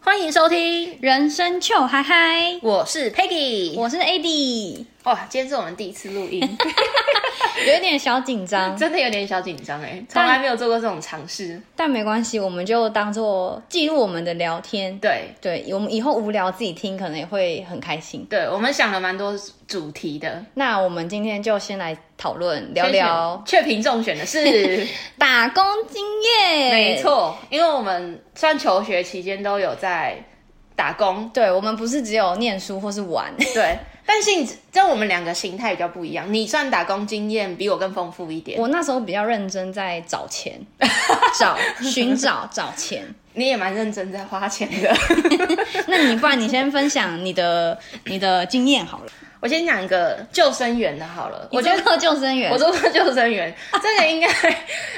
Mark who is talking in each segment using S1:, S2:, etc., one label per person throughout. S1: 欢迎收听，
S2: 人生糗嗨嗨，
S1: 我是 Peggy。
S2: 我是 AD，
S1: 哇，今天是我们第一次 录音，
S2: 有一点小紧张，
S1: 真的有点小紧张哎，从来没有做过这种尝试。
S2: 但没关系，我们就当做记录我们的聊天。
S1: 对，
S2: 对，我们以后无聊自己听，可能也会很开心。
S1: 对，我们想了蛮多主题的，
S2: 那我们今天就先来讨论聊聊
S1: 却凭中选 的是
S2: 打工经验。
S1: 没，错，因为我们虽然求学期间都有在打工，
S2: 对我们不是只有念书或是玩，
S1: 对，但性质这我们两个形态比较不一样。你算打工经验比我更丰富一点，
S2: 我那时候比较认真在找钱， 找寻找找钱。
S1: 你也蛮认真在花钱的。
S2: 那你不然你先分享你的你的经验好了。
S1: 我先讲一个救生员的好了，我觉得
S2: 你做过救生员，
S1: 我做过救生员，这个应该，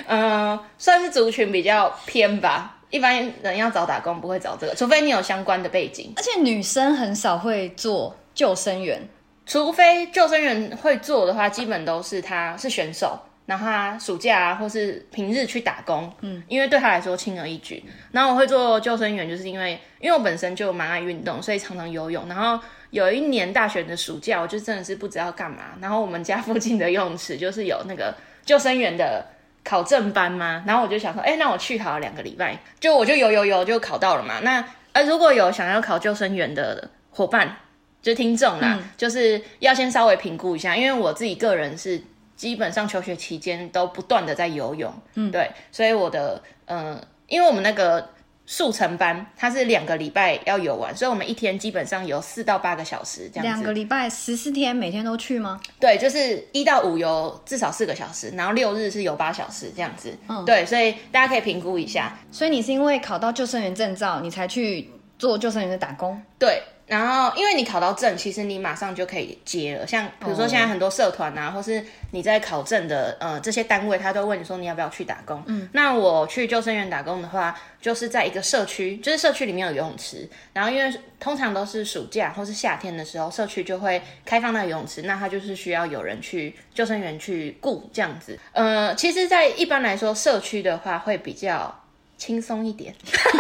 S1: 呃，算是族群比较偏吧。一般人要找打工不会找这个，除非你有相关的背景，
S2: 而且女生很少会做救生员，
S1: 除非救生员会做的话，基本都是他是选手，然后他暑假啊或是平日去打工，嗯，因为对他来说轻而易举。然后我会做救生员，就是因为因为我本身就蛮爱运动，所以常常游泳。然后有一年大学的暑假，我就真的是不知道干嘛。然后我们家附近的游泳池就是有那个救生员的考证班嘛，然后我就想说，哎、那我去考两个礼拜，就我就游游游就考到了嘛。那呃，如果有想要考救生员的伙伴，就听众啦，
S2: 嗯
S1: 就是要先稍微评估一下，因为我自己个人是基本上求学期间都不断的在游泳，嗯，对，所以我的呃，因为我们那个。速成班，它是两个礼拜要游完，所以我们一天基本上游四到八个小时这样
S2: 两
S1: 子。
S2: 个礼拜十四天，每天都去吗？
S1: 对，就是一到五游至少四个小时，然后六日是游八小时这样子。对，所以大家可以评估一下。
S2: 所以你是因为考到救生员证照，你才去做救生员的打工？
S1: 对，然后因为你考到证，其实你马上就可以接了。像比如说现在很多社团啊，或是你在考证的呃这些单位，他都问你说你要不要去打工。嗯，那我去救生员打工的话，就是在一个社区，就是社区里面有游泳池，然后因为通常都是暑假或是夏天的时候，社区就会开放那个游泳池，那它就是需要有人去救生员去顾这样子。呃，其实，在一般来说，社区的话会比较轻松一点。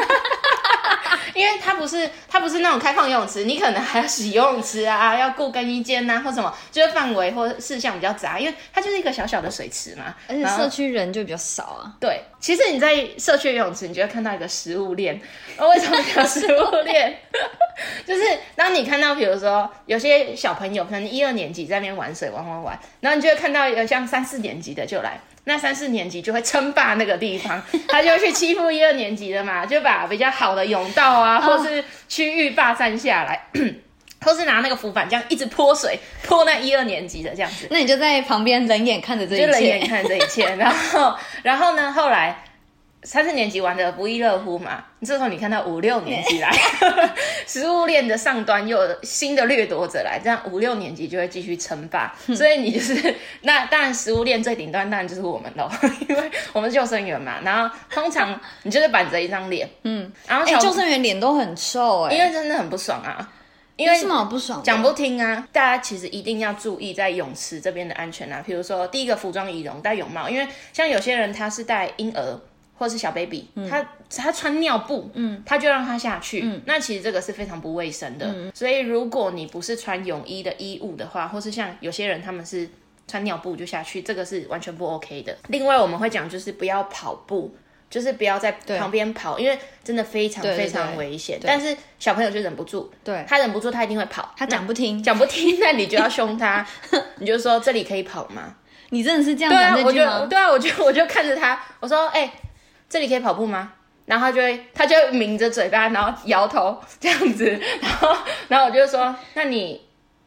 S1: 因为它不是它不是那种开放游泳池，你可能还要洗游泳池啊， 要顾更衣间呐、或什么，就是范围或事项比较杂，因为它就是一个小小的水池嘛。
S2: 而且
S1: 然后
S2: 社区人就比较少啊。
S1: 对，其实你在社区游泳池，你就会看到一个食物链。呃为什么叫食物链？ 就是当你看到，比如说有些小朋友可能一二年级在那边玩水玩玩玩，然后你就会看到有像三四年级的就来，那三四年级就会称霸那个地方，他就会去欺负一二年级的嘛，就把比较好的泳道啊，或是区域霸占下来。 或是拿那个浮板这样一直泼水泼那一二年级的这样子，
S2: 那你就在旁边冷眼看着这
S1: 就
S2: 一
S1: 冷眼
S2: 切。
S1: 看这一切。 然后，然后呢？后来三四年级玩的不亦乐乎嘛，这时候你看到五六年级来， 食物链的上端又有新的掠夺者来，这样五六年级就会继续称霸。所以你就是那当然食物链最顶端当然就是我们喽，因为我们是救生员嘛。然后通常你就是板着一张脸，嗯，然后
S2: 哎、
S1: 小、
S2: 救生员脸都很臭哎、
S1: 因为真的很不爽啊，因
S2: 因
S1: 为
S2: 什么好不爽的？
S1: 讲不听啊！大家其实一定要注意在泳池这边的安全啊，比如说第一个服装仪容戴泳帽，因为像有些人他是带婴儿或是小 baby，、他他穿尿布，嗯，他就让他下去，那其实这个是非常不卫生的。所以如果你不是穿泳衣的衣物的话，或是像有些人他们是穿尿布就下去，这个是完全不 OK 的。另外我们会讲就是不要跑步。就是不要在旁边跑，因为真的非常
S2: 对对
S1: 非
S2: 对
S1: 常危险。但是小朋友就忍不住，
S2: 对
S1: 他忍不住，他一定会跑。
S2: 他讲不听，
S1: 讲不听，那你就要凶他， 你就说这里可以跑吗？
S2: 你真的是这样
S1: 对啊
S2: 讲，这
S1: 我
S2: 句
S1: 就
S2: 吗？
S1: 对啊，我就我就看着他，我说哎、这里可以跑步吗？然后他就会他就会抿着嘴巴，然后摇头这样子， 然后然后我就说那你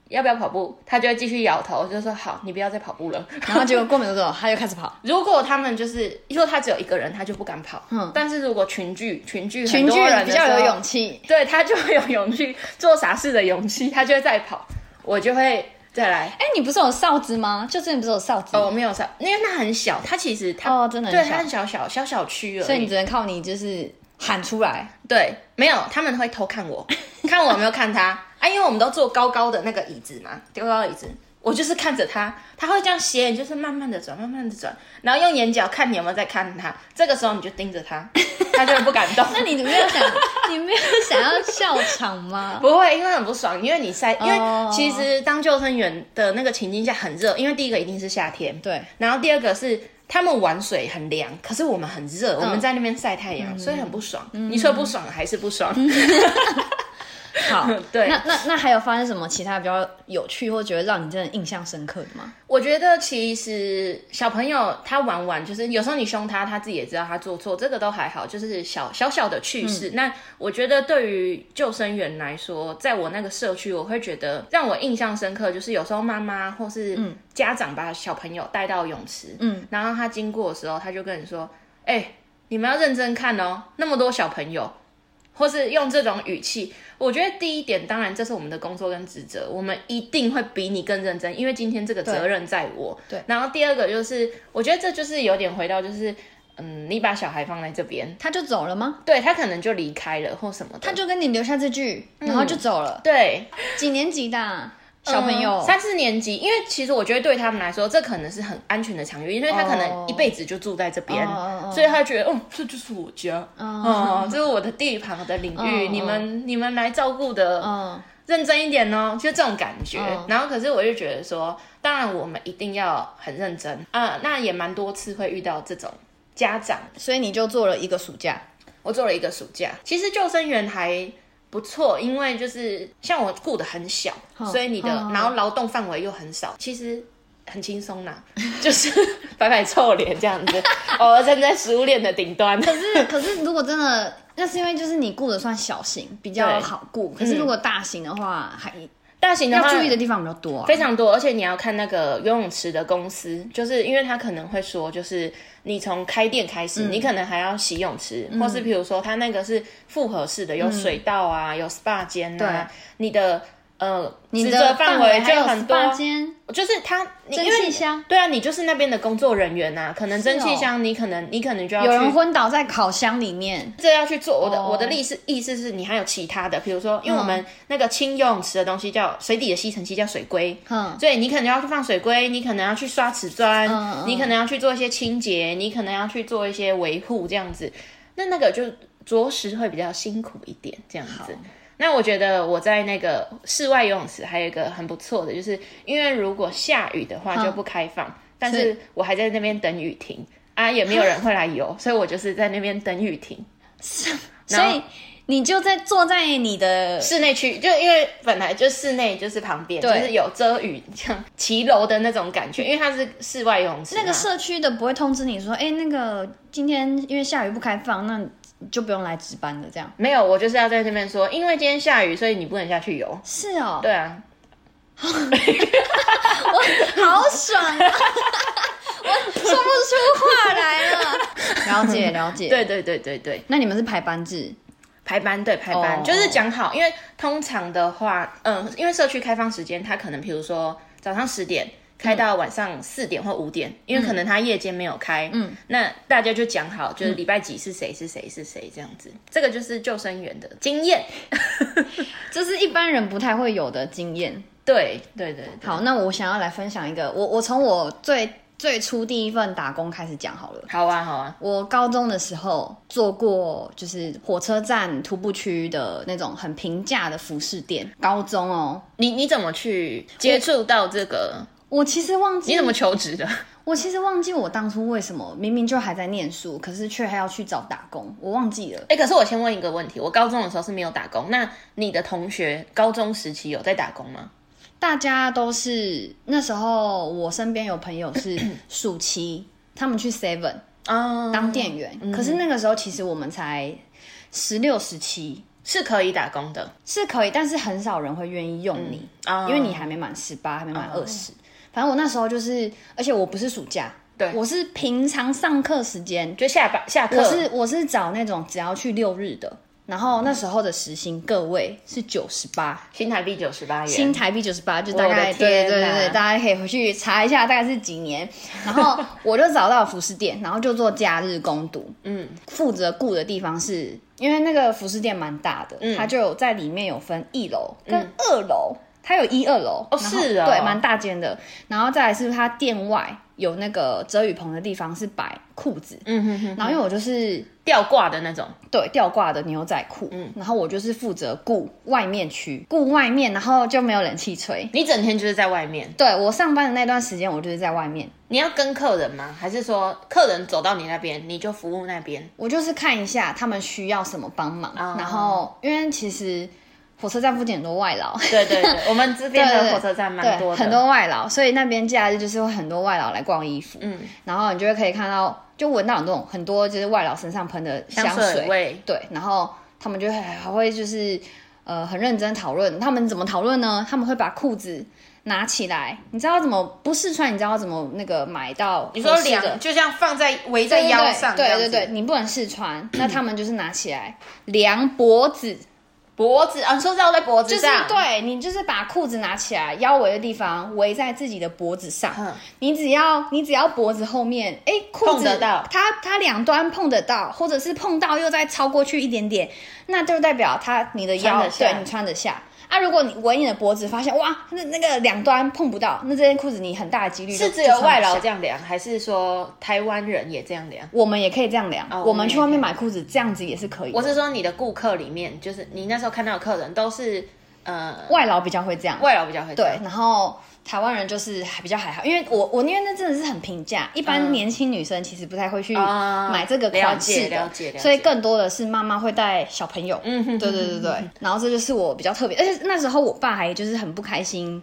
S1: 要不要跑步？他就会继续摇头，我就说好，你不要再跑步了。
S2: 然后结果过没多久，他又开始跑。
S1: 如果他们就是，如果他只有一个人，他就不敢跑。嗯，但是如果群聚群聚很
S2: 群
S1: 多
S2: 聚
S1: 人的
S2: 比较
S1: 时候
S2: 有勇气，
S1: 对他就会有勇气做傻事的勇气，他就会再跑，我就会再来。
S2: 哎、你不是有哨子吗？就之前不是有哨子吗？
S1: 哦，我没有上，因为它很小，它其实它
S2: 哦真的很
S1: 对，
S2: 小
S1: 它很小小小小区而已。
S2: 所以你只能靠你就是喊出来。
S1: 对，没有，他们会偷看我，看我有没有看他 啊，因为我们都坐高高的那个椅子嘛，高高的椅子，我就是看着他，他会这样斜眼，就是慢慢的转，慢慢的转，然后用眼角看你有没 有在看他，这个时候你就盯着他，他就会不敢动。
S2: 那你没有想，你没有想要笑场吗？
S1: 不会，因为很不爽，因为你晒，因
S2: 哦
S1: 为其实当救生员的那个情境下很热，因为第一个一定是夏天，
S2: 对，
S1: 然后第二个是他们玩水很凉，可是我们很热，我们在那边晒太阳，所以很不爽。你说不爽还是不爽？
S2: 好，
S1: 对
S2: 那那那还有发生什么其他比较有趣或觉得让你真的印象深刻的吗？
S1: 我觉得其实小朋友他玩玩，就是有时候你凶他，他自己也知道他做错，这个都还好，就是小小小的趣事。那我觉得对于救生员来说，在我那个社区，我会觉得让我印象深刻，就是有时候妈妈或是家长把小朋友带到泳池，
S2: 嗯，
S1: 然后他经过的时候，他就跟你说：“哎、你们要认真看哦，那么多小朋友。”或是用这种语气，我觉得第一点，当然这是我们的工作跟职责，我们一定会比你更认真，因为今天这个责任在我。
S2: 对
S1: 然后第二个就是，我觉得这就是有点回到就是，嗯，你把小孩放在这边，
S2: 他就走了吗？
S1: 对他可能就离开了或什么的，
S2: 他就跟你留下这句，然后就走了。
S1: 对
S2: 几年级的啊小朋友？
S1: 嗯三四年级，因为其实我觉得对他们来说，这可能是很安全的场域，因为他可
S2: 哦
S1: 能一辈子就住在这边，
S2: 哦哦哦
S1: 所以他觉得，嗯，这就是我家，
S2: 哦
S1: 哦、这是我的地盘，我的领域，
S2: 哦
S1: 你们你们来照顾的，
S2: 嗯，
S1: 认真一点哦，就这种感觉。
S2: 嗯
S1: 然后可是我就觉得说，当然我们一定要很认真啊、那也蛮多次会遇到这种家长。
S2: 所以你就做了一个暑假。
S1: 我做了一个暑假，其实救生员还不错，因为就是像我雇的很小，所以你的、
S2: 嗯
S1: 然后劳动范围又很少，其实。很轻松啦， 就是摆摆臭脸这样子，偶尔站在食物链的顶端。
S2: 可是可是如果真的，那是因为就是你雇的算小型，比较
S1: 对
S2: 好雇。可是如果大型的话，还
S1: 大型 的
S2: 要
S1: 话
S2: 注意的地方比较多啊。
S1: 非常多，而且你要看那个游泳池的公司，就是因为他可能会说，就是你从开店开始，
S2: 嗯
S1: 你可能还要洗泳池，或是比如说他那个是复合式的，
S2: 嗯
S1: 有水道啊，有 SPA 间啊，你的呃
S2: 你
S1: 职责
S2: 的
S1: 范
S2: 围还
S1: 就
S2: 有
S1: 很多，
S2: SPA 间、
S1: 就是他你
S2: 蒸
S1: 因为
S2: 汽箱，
S1: 对啊，你就是那边的工作人员呐、啊，可能蒸
S2: 是
S1: 汽
S2: 哦
S1: 箱，你可能你可能就要
S2: 有人
S1: 去。
S2: 昏倒在烤箱里面。
S1: 这要去做，我的、
S2: 哦嗯
S1: 我的意思意思是你还有其他的，比如说，因为我们那个清游泳池的东西叫水底的吸尘器叫水龟，
S2: 嗯，
S1: 所以你可能要去放水龟，你可能要去刷瓷砖，
S2: 嗯嗯
S1: 你可能要去做一些清洁，你可能要去做一些维护这样子。那那个就着实会比较辛苦一点这样子。那我觉得我在那个室外游泳池还有一个很不错的，就是因为如果下雨的话
S2: 嗯
S1: 就不开放，但是我还在那边等雨停啊，也没有人会来游，所以我就是在那边等雨停。
S2: 所以你就在坐在你的
S1: 室内区，就因为本来就室内就是旁边，就
S2: 对
S1: 是有遮雨，像骑楼的那种感觉，因为它是室外游泳池嘛，
S2: 那个社区的不会通知你说，哎、那个今天因为下雨不开放，那你就不用来值班了，这样
S1: 没有，我就是要在这边说，因为今天下雨，所以你不能下去游。
S2: 是哦，
S1: 对啊，
S2: 好爽 啊！我说不出话来 了。了解了解，，
S1: 对对对对对，
S2: 那你们是排班制，
S1: 排班对排班、
S2: 哦
S1: 就是讲好，因为通常的话，嗯，因为社区开放时间，它可能比如说早上十点。开到晚上四点或五点，因为可能它夜间没有开，嗯，那大家就讲好，就是礼拜几是谁是谁是谁这样子，这个就是救生员的经验，
S2: 这是一般人不太会有的经验。
S1: 对对对，对
S2: 好，那我想要来分享一个，我我从我最最初第一份打工开始讲好了。
S1: 好啊好啊，
S2: 我高中的时候做过，就是火车站徒步区的那种很平价的服饰店。高中哦，
S1: 你你怎么去接触到这个？
S2: 我其实忘记
S1: 你怎么求职的？
S2: 我其实忘记我当初为什么明明就还在念书，可是却还要去找打工，我忘记了。
S1: 哎、可是我先问一个问题，我高中的时候是没有打工，那你的同学高中时期有在打工吗？
S2: 大家都是那时候，我身边有朋友是 暑期，他们去 Seven
S1: 哦，
S2: 当店员，可是那个时候其实我们才十六十七，
S1: 是可以打工的
S2: 是可以，但是很少人会愿意用你，
S1: 啊、
S2: 因为你还没满十八，还没满二十。反正我那时候就是，而且我不是暑假，
S1: 对
S2: 我是平常上课时间，
S1: 就下班下课，
S2: 我是我是找那种只要去六日的，然后那时候的时薪各位是九十八。
S1: 新台币九十八元，
S2: 新台币九十八，就大
S1: 我的
S2: 概对
S1: 天
S2: 对对
S1: 哪
S2: 对，大家可以回去查一下大概是几年。 然后我就找到了服饰店，然后就做假日攻读。嗯，负责雇的地方是因为那个服饰店蛮大的，它就有在里面有分一楼跟嗯二楼。它有一二楼
S1: 哦
S2: 然后
S1: 是哦
S2: 对，蛮大间的。然后再来是它店外有那个遮雨棚的地方是摆裤子，
S1: 嗯哼哼，
S2: 然后因为我就是
S1: 吊挂的那种，
S2: 对吊挂的牛仔裤，然后我就是负责顾外面区，顾外面，然后就没有冷气吹。
S1: 你整天就是在外面。
S2: 对我上班的那段时间，我就是在外面，
S1: 你要跟客人吗？还是说客人走到你那边，你就服务那边？
S2: 我就是看一下他们需要什么帮忙，
S1: 哦
S2: 然后因为其实火车站附近很多外劳，
S1: 对对 对，我们这边
S2: 对对
S1: 的
S2: 对
S1: 火车站蛮
S2: 对
S1: 多的，
S2: 很多外劳，所以那边假日就是会很多外劳来逛衣服，
S1: 嗯，
S2: 然后你就会可以看到，就闻到很多很多就是外劳身上喷的
S1: 香
S2: 水
S1: 水味，
S2: 对，然后他们就会还会就是呃很认真讨论，他们怎么讨论呢？他们会把裤子拿起来，你知道怎么不试穿，你知道怎么那个买到
S1: 你说
S2: 合适的
S1: 两就像放在围在
S2: 对对
S1: 腰上，
S2: 对对对对，，你不能试穿，那他们就是拿起来量脖子，
S1: 脖子啊，你说绕在脖
S2: 就
S1: 子
S2: 是
S1: 上，，
S2: 对你就是把裤子拿起来，腰围的地方围在自己的脖子上，
S1: 嗯
S2: 你只要你只要脖子后面，哎，裤
S1: 碰
S2: 子
S1: 得到
S2: 它它两端碰得到，或者是碰到又再超过去一点点，那就代表它你的
S1: 穿
S2: 腰
S1: 得下
S2: 对你穿得下。啊，如果你围你的脖子，发现哇，那那个两端碰不到，那这件裤子你很大的几率就是
S1: 只有外劳
S2: 就穿不下
S1: 这样量，还是说台湾人也这样量？
S2: 我们也可以这样量，
S1: 哦
S2: 我们去外
S1: 我们
S2: 面
S1: 也可以
S2: 买裤子这样子也是可以的。
S1: 我是说你的顾客里面，就是你那时候看到的客人都是呃
S2: 外劳比较会这样，
S1: 外劳比较会这
S2: 对
S1: 样，，
S2: 然后台湾人就是还比较还好，因为我我因为那真的是很平价，一般年轻女生其实不太会去
S1: 啊
S2: 买这个款式
S1: 了解了
S2: 的
S1: 解了，解
S2: 所以更多的是妈妈会带小朋友。
S1: 嗯哼哼
S2: 对对对对，然后这就是我比较特别，而且那时候我爸还就是很不开心，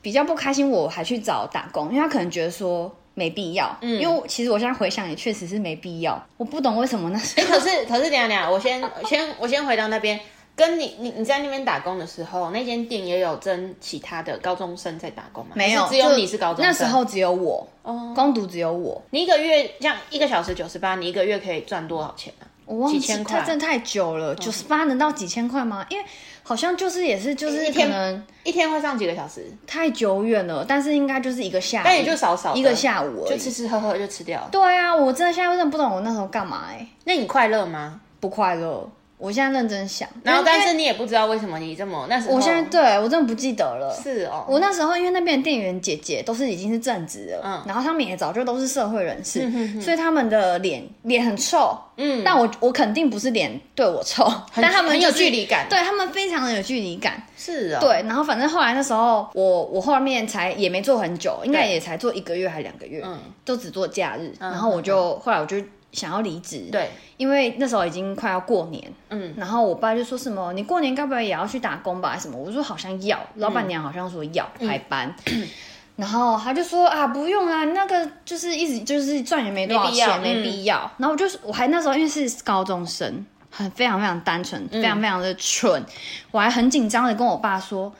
S2: 比较不开心，我还去找打工，因为他可能觉得说。没必要，嗯，因为我其实我现在回想也确实是没必要，我不懂为什么那时
S1: 哎、
S2: 候
S1: 可是可是等一下等一下，我先先我先回到那边，跟你你你在那边打工的时候，那间店也有跟其他的高中生在打工吗？
S2: 没有，
S1: 还是只有
S2: 就
S1: 你是高中生。
S2: 那时候只有我，
S1: 哦，
S2: 工读只有我，
S1: 你一个月像一个小时九十八，你一个月可以赚多少钱啊？
S2: 我忘记
S1: 几千块嗯
S2: 它真的太久了，九十八能到几千块吗？因为好像就是也是就是
S1: 哎一
S2: 可
S1: 天
S2: 能
S1: 一天会上几个小时？
S2: 太久远了，但是应该就是一个下午，
S1: 但也就少少的
S2: 一个下午而
S1: 就
S2: 已。
S1: 吃吃喝喝就吃掉了。
S2: 对啊，我真的现在真的不懂我那时候干嘛哎、
S1: 那你快乐吗？
S2: 不快乐。我现在认真想，
S1: 然后
S2: 因为
S1: 但是你也不知道为什么你这么那时候。
S2: 我现在对我真的不记得了。
S1: 是哦，
S2: 我那时候因为那边的店员姐姐都是已经是正职了，
S1: 嗯
S2: 然后他们也早就都是社会人士，所以他们的脸脸很臭，
S1: 嗯
S2: 但我我肯定不是脸对我臭，
S1: 很
S2: 但他们、
S1: 很
S2: 就
S1: 有
S2: 是
S1: 距离感
S2: 对他们非常的有距离感。
S1: 是哦，，
S2: 对，然后反正后来那时候我我后面才也没做很久，应该
S1: 对
S2: 也才做一个月还两个月，
S1: 嗯
S2: 都只做假日。
S1: 嗯
S2: 然后我就后来我就想要离职，
S1: 对，
S2: 因为那时候已经快要过年，
S1: 嗯，
S2: 然后我爸就说什么你过年该不会也要去打工吧？什么？我说好像要，老板娘好像说要排班。
S1: 嗯
S2: 然后他就说啊，不用啊，那个就是一直就是赚也没多少
S1: 没必要
S2: 钱，没必要。
S1: 嗯
S2: 然后我就是我还那时候因为是高中生，很非常非常单纯，
S1: 嗯
S2: 非常非常的蠢，我还很紧张的跟我爸说，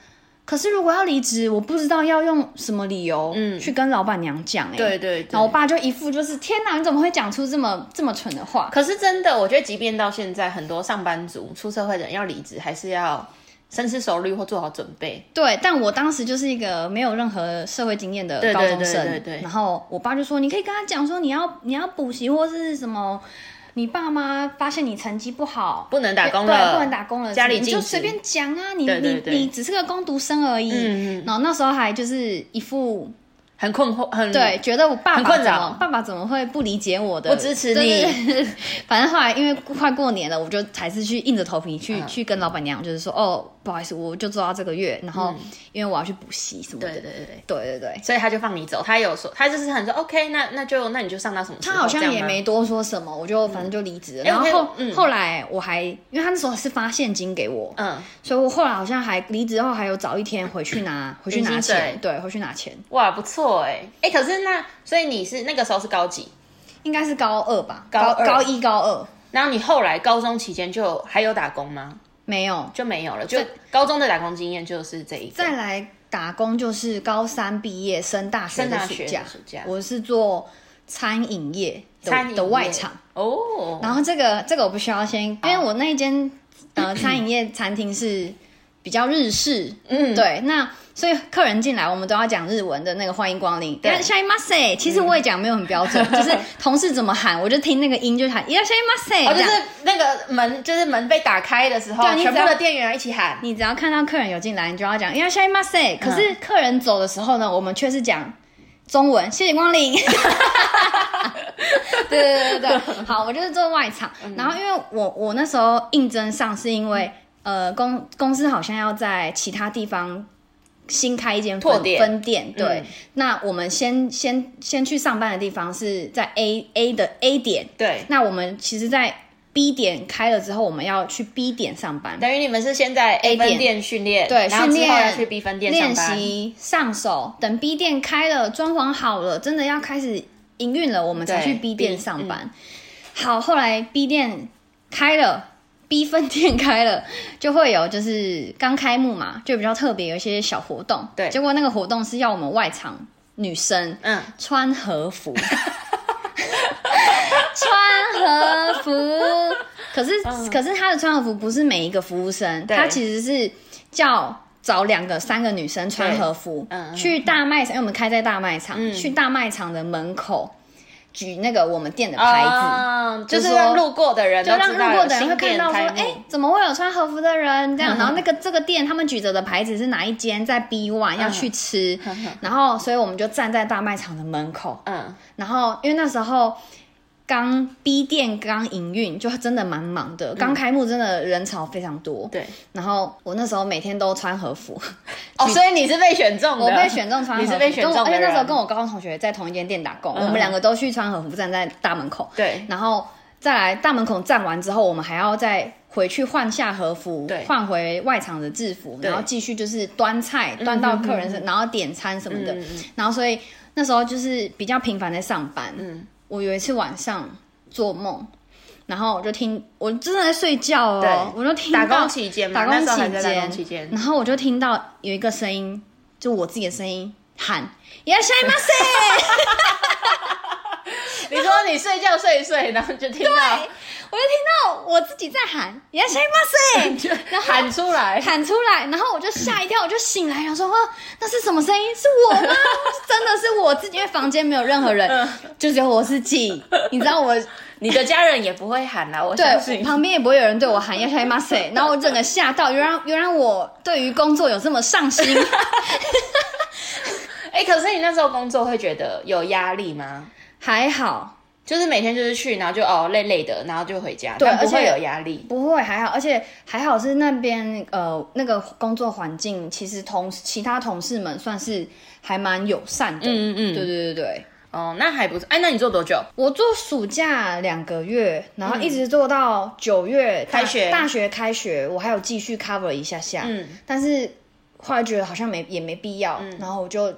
S2: 可是如果要离职，我不知道要用什么理由去跟老板娘讲、欸。
S1: 嗯对对对
S2: 然后我爸就一副就是天哪，你怎么会讲出这么这么蠢的话？
S1: 可是真的，我觉得即便到现在，很多上班族、出社会的人要离职，还是要深思熟虑或做好准备。
S2: 对，但我当时就是一个没有任何社会经验的
S1: 对
S2: 高
S1: 对
S2: 中生，
S1: 对对对
S2: 然后我爸就说，你可以跟他讲说，你要你要补习或是什么，你爸妈发现你成绩不好，
S1: 不能打工
S2: 对
S1: 了
S2: 不能打工了，
S1: 家里
S2: 你
S1: 禁
S2: 就
S1: 止
S2: 随便讲啊，你
S1: 对对对
S2: 你你只是个工读生而已，
S1: 嗯嗯
S2: 然后那时候还就是一副
S1: 很困惑，很
S2: 对，，觉得我爸
S1: 很
S2: 爸
S1: 困
S2: 怎
S1: 扰
S2: 么爸爸怎么会不理解我的？
S1: 不支持
S2: 对
S1: 你
S2: 对对 反正后来因为快过年了，我就还是去硬着头皮
S1: 嗯
S2: 去、去跟老板娘，就是说哦，不好意思，我就做到这个月，然后因为我要去补习什么的。
S1: 嗯对对对对。
S2: 对对对
S1: 所以他就放你走，他有说，他就是很说 OK，那那就那你就上到什么时
S2: 他
S1: 候？
S2: 好像
S1: 这
S2: 也
S1: 样吗
S2: 没多说什么，我就反正就离职了。
S1: 哎
S2: 然后
S1: 我
S2: 后、
S1: 可以嗯
S2: 后来我还，因为他那时候是发现金给我，
S1: 嗯，
S2: 所以我后来好像还离职后还有早一天回去拿回去拿
S1: 领薪水
S2: 钱，对，回去拿钱，
S1: 哇，不错哎哎，可是那所以你是那个时候是高级，
S2: 应该是高二吧，
S1: 高二
S2: 高一高二
S1: 然后你后来高中期间就还有打工吗？
S2: 没有，
S1: 就没有了，就高中的打工经验就是这一个。
S2: 再来打工就是高三毕业升大学
S1: 升
S2: 的
S1: 大
S2: 暑
S1: 学
S2: 假
S1: 的，暑假
S2: 我是做餐饮业的
S1: 餐饮业
S2: 的外场。
S1: 哦，
S2: 然后这个这个我不需要先，因为我那一间 呃餐饮业餐厅是比较日式，
S1: 嗯，
S2: 对，那所以客人进来我们都要讲日文的那个欢迎光临，
S1: 对
S2: 要下一 m a s e 其实我也讲没有很标 准，就是同事怎么喊我就听那个音就喊要下一 m a
S1: 哦，
S2: s
S1: 就
S2: e
S1: 是那个门，就是门被打开的时候，
S2: 对你只
S1: 全部
S2: 要
S1: 的店员一起喊，
S2: 你只
S1: 嗯
S2: 要看到客人有进来，你就要讲“いらっしゃいませ”。可是客人走的时候呢，我们却是讲中文，谢谢光 临。对对对对 对，好，我就是做外场。
S1: 嗯
S2: 然后因为我我那时候应征上是因为呃公公司好像要在其他地方新开一间
S1: 拓
S2: 分
S1: 店嗯
S2: 分店，对。那我们先先先去上班的地方是在 A A 的 A 点，
S1: 对，
S2: 那我们其实，在 B 点开了之后，我们要去 B 点上班。
S1: 等于你们是先在 A 分
S2: 店
S1: 店训练，
S2: 对，
S1: 然后
S2: 训
S1: 之后要
S2: 练
S1: 去 B 分店上
S2: 练
S1: 班，
S2: 习上手。等 B 店开了，装潢好了，真的要开始营运了，我们才
S1: 对嗯
S2: 去 B 店
S1: B，
S2: 上班。好，后来 B 店开了。B 分店开了， 就会有就是刚开幕嘛，就比较特别，有一些小活动。
S1: 对
S2: 结果那个活动是要我们外场女生
S1: 嗯，
S2: 穿和服， 穿和服。可是、可是他的穿和服不是每一个服务生，
S1: 嗯对
S2: 他其实是叫找两个三个女生穿和服，
S1: 对嗯嗯嗯
S2: 去大卖场，因为我们开在大卖场，去大卖场的门口举那个我们店的牌子。
S1: 哦就
S2: 就是说
S1: 让路过的人
S2: 就
S1: 都
S2: 让
S1: 知道
S2: 路过的人会
S1: 有
S2: 看
S1: 新店
S2: 到说，
S1: 开
S2: 哎、
S1: 幕，嗯
S2: 怎么会有穿和服的人这样？然后那个这个店他们举着的牌子是哪一间，在 B one
S1: 嗯
S2: 要去吃，然后所以我们就站在大卖场的门口，
S1: 嗯，
S2: 然后因为那时候刚 B 店刚营运，就真的蛮忙的，刚开幕真的人潮非常多。
S1: 嗯对，
S2: 然后我那时候每天都穿和服，
S1: 哦，所以你是被选中的，
S2: 我被选中穿和服，
S1: 啊你是被选中
S2: 跟我
S1: 的
S2: 而且
S1: 人，嗯
S2: 那时候跟我高中同学在同一间店打工，我们两个都去穿和服站在大门口，
S1: 对
S2: 然后再来大门口站完之后，我们还要再回去换下和服
S1: 对，
S2: 换回外场的制服，
S1: 对嗯
S2: 然后继续就是端菜，端到客人身，然后点餐什么的。然后所以那时候就是比较频繁在上班。嗯，我有一次晚上做梦，然后我就听，我真的在睡觉哦，
S1: 对
S2: 我就听
S1: 打
S2: 到
S1: 工期间嘛，
S2: 打工
S1: 那时候还
S2: 期
S1: 在打工期
S2: 间，
S1: 间，
S2: 然后我就听到有一个声音，就我自己的声音喊“いらっしゃいませ”，
S1: 你说你睡觉睡一睡，然后就听到
S2: 我就听到我自己在喊“いらっしゃいませ”，
S1: 就 喊出来，
S2: 喊出来，然后我就吓一跳，我就醒来，想说哇，那是什么声音？是我吗？真的是我自己，因为房间没有任何人，就只有我自己。你知道我
S1: 你的家人也不会喊啦，我相
S2: 对
S1: 信。
S2: 旁边也不会有人对我喊“要塞马塞”，然后我整个吓到，原来原来我对于工作有这么上心。
S1: 哎、可是你那时候工作会觉得有压力吗？
S2: 还好
S1: 就是每天就是去，然后就哦累累的，然后就回家，
S2: 对
S1: 但不
S2: 而
S1: 会
S2: 且
S1: 有压力。
S2: 不会还好，而且还好是那边呃那个工作环境，其实同其他同事们算是还蛮友善的。
S1: 嗯嗯嗯
S2: 对对对对。
S1: 哦，那还不错。哎、那你做多久？
S2: 我做暑假两个月，然后一直做到九月大
S1: 开学
S2: 大学开学，我还有继续 cover 一下下，
S1: 嗯，
S2: 但是后来觉得好像没也没必要，然后我就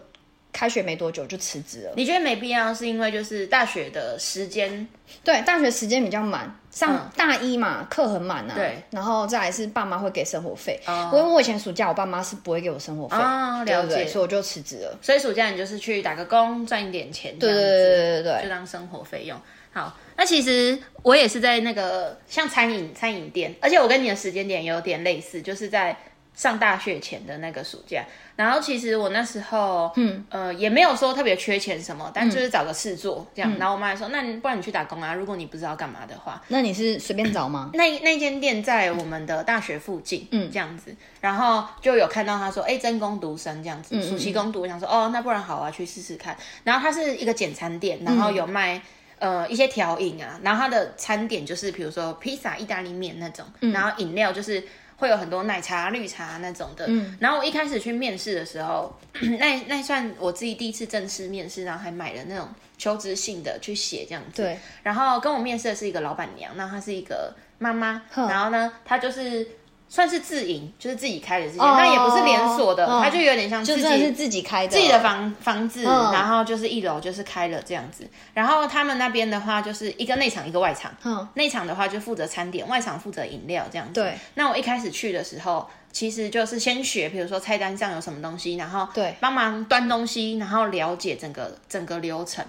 S2: 开学没多久就辞职了。
S1: 你觉得没必要，是因为就是大学的时间，
S2: 对，大学时间比较满，上大一嘛，课很满啊，
S1: 嗯对，
S2: 然后再来是爸妈会给生活费，
S1: 哦
S2: 我因为我以前暑假我爸妈是不会给我生活费，
S1: 哦
S2: 对对
S1: 了
S2: 对
S1: 解
S2: 所以我就辞职了。
S1: 所以暑假你就是去打个工，赚一点钱，
S2: 对
S1: 这
S2: 对
S1: 样子
S2: 对对对对
S1: 就当生活费用。好，那其实我也是在那个像餐饮餐饮店，而且我跟你的时间点有点类似，就是在上大学前的那个暑假。然后其实我那时候，嗯呃，也没有说特别缺钱什么，但就是找个事做这样。然后我妈还说，那你不然你去打工啊，如果你不知道干嘛的话。
S2: 那你是随便找吗？
S1: 那那间店在我们的大学附近，嗯，这样子，然后就有看到他说，哎、真工读生这样子，暑期工读，我想说，哦，那不然好啊，去试试看。然后它是一个简餐店，然后有卖、呃一些调饮啊，然后它的餐点就是比如说披萨、意大利面那种，然后饮料就是。会有很多奶茶、绿茶那种的，然后我一开始去面试的时候， 那那算我自己第一次正式面试，然后还买了那种求职信的去写这样子，
S2: 对，
S1: 然后跟我面试的是一个老板娘，那她是一个妈妈，然后呢，她就是算是自营，就是自己开的这间，
S2: 哦
S1: 但也不是连锁的，
S2: 哦
S1: 她就有点像
S2: 就
S1: 自
S2: 真的是
S1: 己。
S2: 自己开的，
S1: 自
S2: 自
S1: 己的房房子，
S2: 嗯
S1: 然后就是一楼就是开了这样子，然后他们那边的话就是一个内场一个外场，
S2: 嗯
S1: 内场的话就负责餐点，外场负责饮料这样子。
S2: 对，
S1: 那我一开始去的时候，其实就是先学，比如说菜单上有什么东西，然后
S2: 对
S1: 帮忙端东西，然后了解整个整个流程。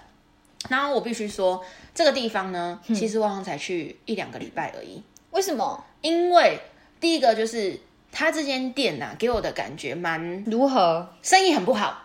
S1: 然后我必须说，这个地方呢，
S2: 嗯
S1: 其实我好像才去一两个礼拜而已，
S2: 为什么？
S1: 因为第一个就是他这间店呐、给我的感觉蛮
S2: 如何？
S1: 生意很不好，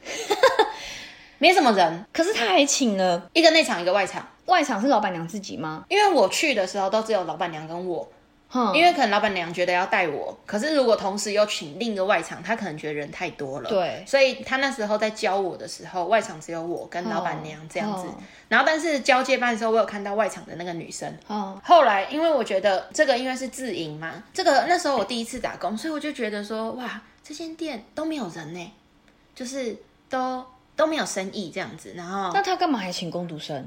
S1: 没什么人，
S2: 可是他还请了
S1: 一个内场一个外场。
S2: 外场是老板娘自己吗？
S1: 因为我去的时候都只有老板娘跟我，
S2: 哼，
S1: 因为可能老板娘觉得要带我，可是如果同时又请另一个外场，他可能觉得人太多了，
S2: 对
S1: 所以他那时候在教我的时候，外场只有我跟老板娘这样子。
S2: 哦
S1: 然后，但是交接班的时候，我有看到外场的那个女生。
S2: 哦，
S1: 后来，因为我觉得这个因为是自营嘛，这个那时候我第一次打工，所以我就觉得说，哇，这间店都没有人呢、就是都都没有生意这样子。然后，
S2: 那他干嘛还请工读生？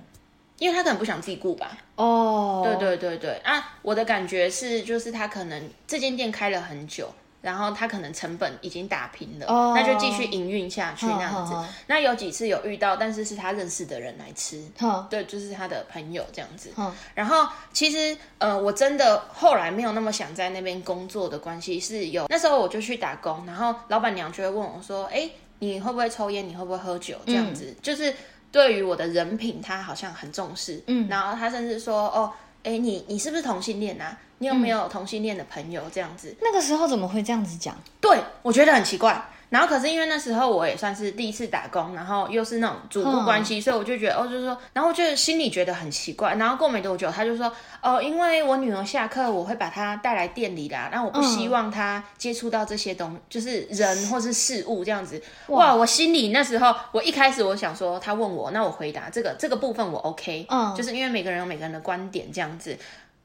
S1: 因为他可能不想自己顾吧，
S2: 哦，对
S1: 对对对啊，我的感觉是，就是他可能这间店开了很久，然后他可能成本已经打平了，
S2: 哦
S1: 那就继续营运下去那样子。
S2: 好好好
S1: 那有几次有遇到，但是是他认识的人来吃，
S2: 哼，
S1: 对，就是他的朋友这样子。
S2: 哼，
S1: 然后其实呃，我真的后来没有那么想在那边工作的关系是有，那时候我就去打工，然后老板娘就会问我说：“哎，你会不会抽烟？你会不会喝酒？”这样子，就是对于我的人品，她好像很重视。嗯，然后她甚至说：“哦，哎，你你是不是同性恋啊？你有没有同性恋的朋友？”这样子，
S2: 那个时候怎么会这样子讲？
S1: 对我觉得很奇怪。然后可是因为那时候我也算是第一次打工，然后又是那种主顾关系，所以我就觉得哦，就是说，然后就心里觉得很奇怪。然后过没多久，他就说哦，因为我女儿下课我会把她带来店里啦，那我不希望她接触到这些东，就是人或是事物这样子。哇，我心里那时候我一开始我想说他问我，那我回答这个这个部分我 OK，
S2: 嗯
S1: 就是因为每个人有每个人的观点这样子。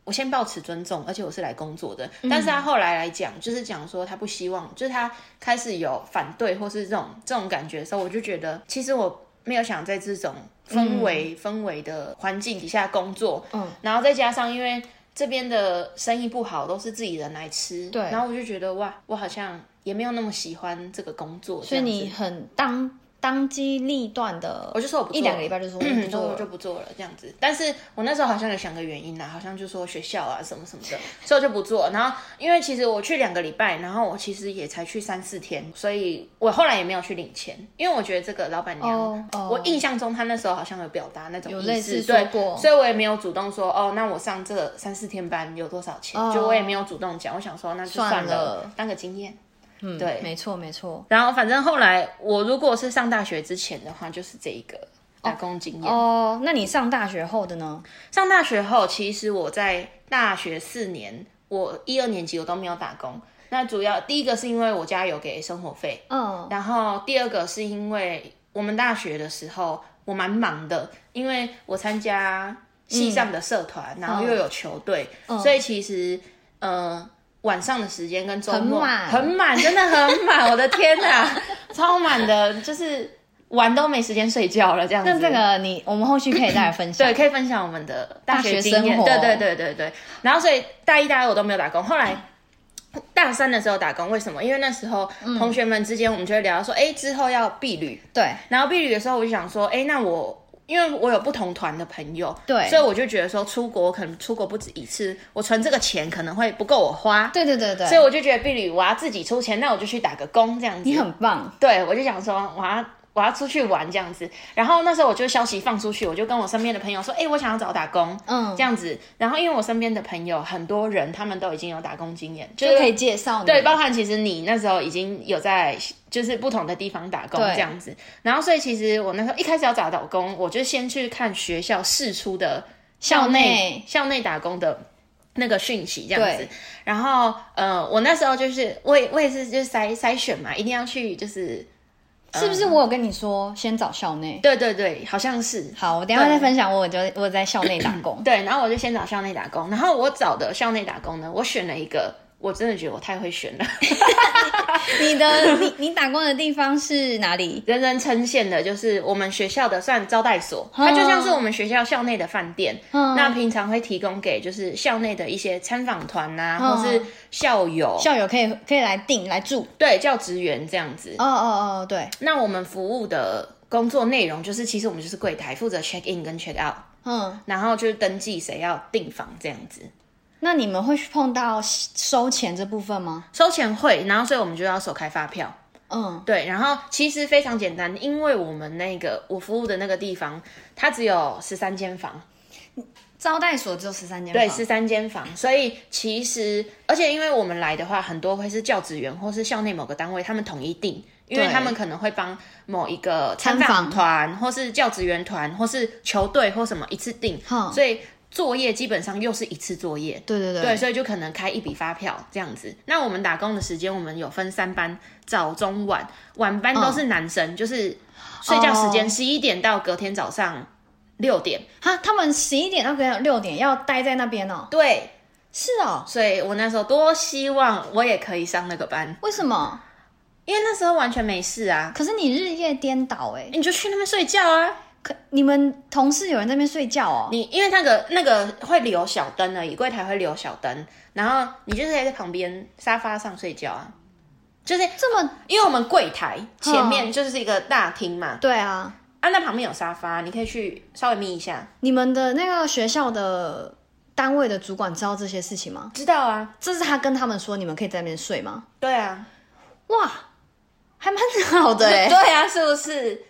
S1: 我先抱持尊重，而且我是来工作的。
S2: 嗯
S1: 但是他后来来讲，就是讲说他不希望，就是他开始有反对或是这种这种感觉的时候，我就觉得其实我没有想在这种氛
S2: 嗯
S1: 围、氛围的环境底下工作。嗯，然后再加上因为这边的生意不好，都是自己人来吃。
S2: 对
S1: 然后我就觉得哇，我好像也没有那么喜欢这个工作。
S2: 所以
S1: 这
S2: 你
S1: 样子
S2: 很当当机立断的，
S1: 我就说我不做
S2: 一两个礼拜就说我不
S1: 嗯，
S2: 做
S1: 我
S2: 了
S1: 就不做了这样子。但是我那时候好像有想个原因啦，好像就说学校啊什么什么的，所以我就不做。然后因为其实我去两个礼拜，然后我其实也才去三四天，所以我后来也没有去领钱，因为我觉得这个老板娘
S2: 哦哦
S1: 我印象中她那时候好像有表达那种
S2: 有
S1: 意
S2: 类
S1: 思
S2: 似
S1: 对
S2: 说过
S1: 所以我也没有主动说哦，那我上这三四天班有多少钱
S2: 哦
S1: 就我也没有主动讲，我想说那就
S2: 算
S1: 算
S2: 了
S1: 当个经验。
S2: 嗯，
S1: 对
S2: 没错没错。
S1: 然后反正后来我如果是上大学之前的话，就是这一个打工经验。
S2: 哦，那你上大学后的呢？
S1: 上大学后，其实我在大学四年，我一二年级我都没有打工。那主要第一个是因为我家有给生活费，
S2: 嗯，
S1: 然后第二个是因为我们大学的时候我蛮忙的，因为我参加
S2: 嗯
S1: 系上的社团，然后又有球队，所以其实呃晚上的时间跟周末
S2: 很满
S1: 很满，真的很满，我的天哪， 超满的，就是玩都没时间睡觉了这样子。
S2: 那这个你我们后续可以再来分享。
S1: 对，可以分享我们的大
S2: 学
S1: 经验。
S2: 生活
S1: 对对对对对。然后所以大一、大二我都没有打工，后来。大三的时候打工，为什么？因为那时候
S2: 嗯
S1: 同学们之间，我们就会聊到说，哎、之后要避旅。
S2: 对，
S1: 然后避旅的时候，我就想说，哎、那我因为我有不同团的朋友，
S2: 对
S1: 所以我就觉得说，出国可能出国不止一次，我存这个钱可能会不够我花，
S2: 对对对对，
S1: 所以我就觉得避旅我要自己出钱，那我就去打个工这样子。
S2: 你很棒。
S1: 对，我就想说我要我要出去玩这样子。然后那时候我就消息放出去，我就跟我身边的朋友说，哎、我想要找打工，
S2: 嗯
S1: 这样子。然后因为我身边的朋友很多人，他们都已经有打工经验，就
S2: 就可以介绍你。
S1: 对，包含其实你那时候已经有在就是不同的地方打工
S2: 对
S1: 这样子，然后所以其实我那时候一开始要找打工，我就先去看学校试出的校内
S2: 校内
S1: 校内打工的那个讯息这样子
S2: 对，
S1: 然后呃，我那时候就是我也我也是就是筛筛选嘛，一定要去就是
S2: 是不是我有跟你说先找校内？
S1: 嗯对对对，好像是
S2: 好，我等一下再分享我有就我有在校内打工。
S1: 对，然后我就先找校内打工，然后我找的校内打工呢，我选了一个，我真的觉得我太会选了。
S2: 你的你你打工的地方是哪里？
S1: 人人称羡的，就是我们学校的算招待所，它就像是我们学校校内的饭店。
S2: 嗯
S1: 那平常会提供给就是校内的一些参访团呐，
S2: 嗯
S1: 或是校友，
S2: 校友可以可以来订来住。
S1: 对教职员这样子。
S2: 哦哦哦，对，
S1: 那我们服务的工作内容就是，其实我们就是柜台负责 check in 跟 check out，
S2: 嗯，
S1: 然后就是登记谁要订房这样子。
S2: 那你们会碰到收钱这部分吗？
S1: 收钱会，然后所以我们就要手开发票。
S2: 嗯，
S1: 对，然后其实非常简单，因为我们那个我服务的那个地方，它只有十三间房，
S2: 招待所只有十三间，
S1: 对，十，三间房，所以其实，而且因为我们来的话，很多会是教职员或是校内某个单位，他们统一定，因为
S2: 对
S1: 他们可能会帮某一个参
S2: 参
S1: 访
S2: 访
S1: 团，或是教职员团，或是球队或什么一次定，
S2: 哼
S1: 所以作业基本上又是一次作业，
S2: 对对对，
S1: 对，所以就可能开一笔发票这样子。那我们打工的时间，我们有分三班，早中晚，晚班都是男生，就是睡觉时
S2: 嗯
S1: 间
S2: 哦
S1: 十一点到隔天早上六点。
S2: 哈，他们十一点到可能六点要待在那边哦。
S1: 对，
S2: 是哦，
S1: 所以我那时候多希望我也可以上那个班，
S2: 为什么？
S1: 因为那时候完全没事啊，
S2: 可是你日夜颠倒哎、
S1: 你就去那边睡觉啊。
S2: 可你们同事有人在那边睡觉哦？
S1: 你因为那个那个会留小灯而已，柜台会留小灯，然后你就是在旁边沙发上睡觉啊，就是
S2: 这么
S1: 因为我们柜台前
S2: 嗯
S1: 面就是一个大厅嘛，
S2: 对啊？
S1: 啊，那旁边有沙发，你可以去稍微眯一下。
S2: 你们的那个学校的单位的主管知道这些事情吗？
S1: 知道啊，
S2: 这是他跟他们说你们可以在那边睡吗？
S1: 对啊，
S2: 哇，还蛮好的哎、
S1: 对啊，是不是？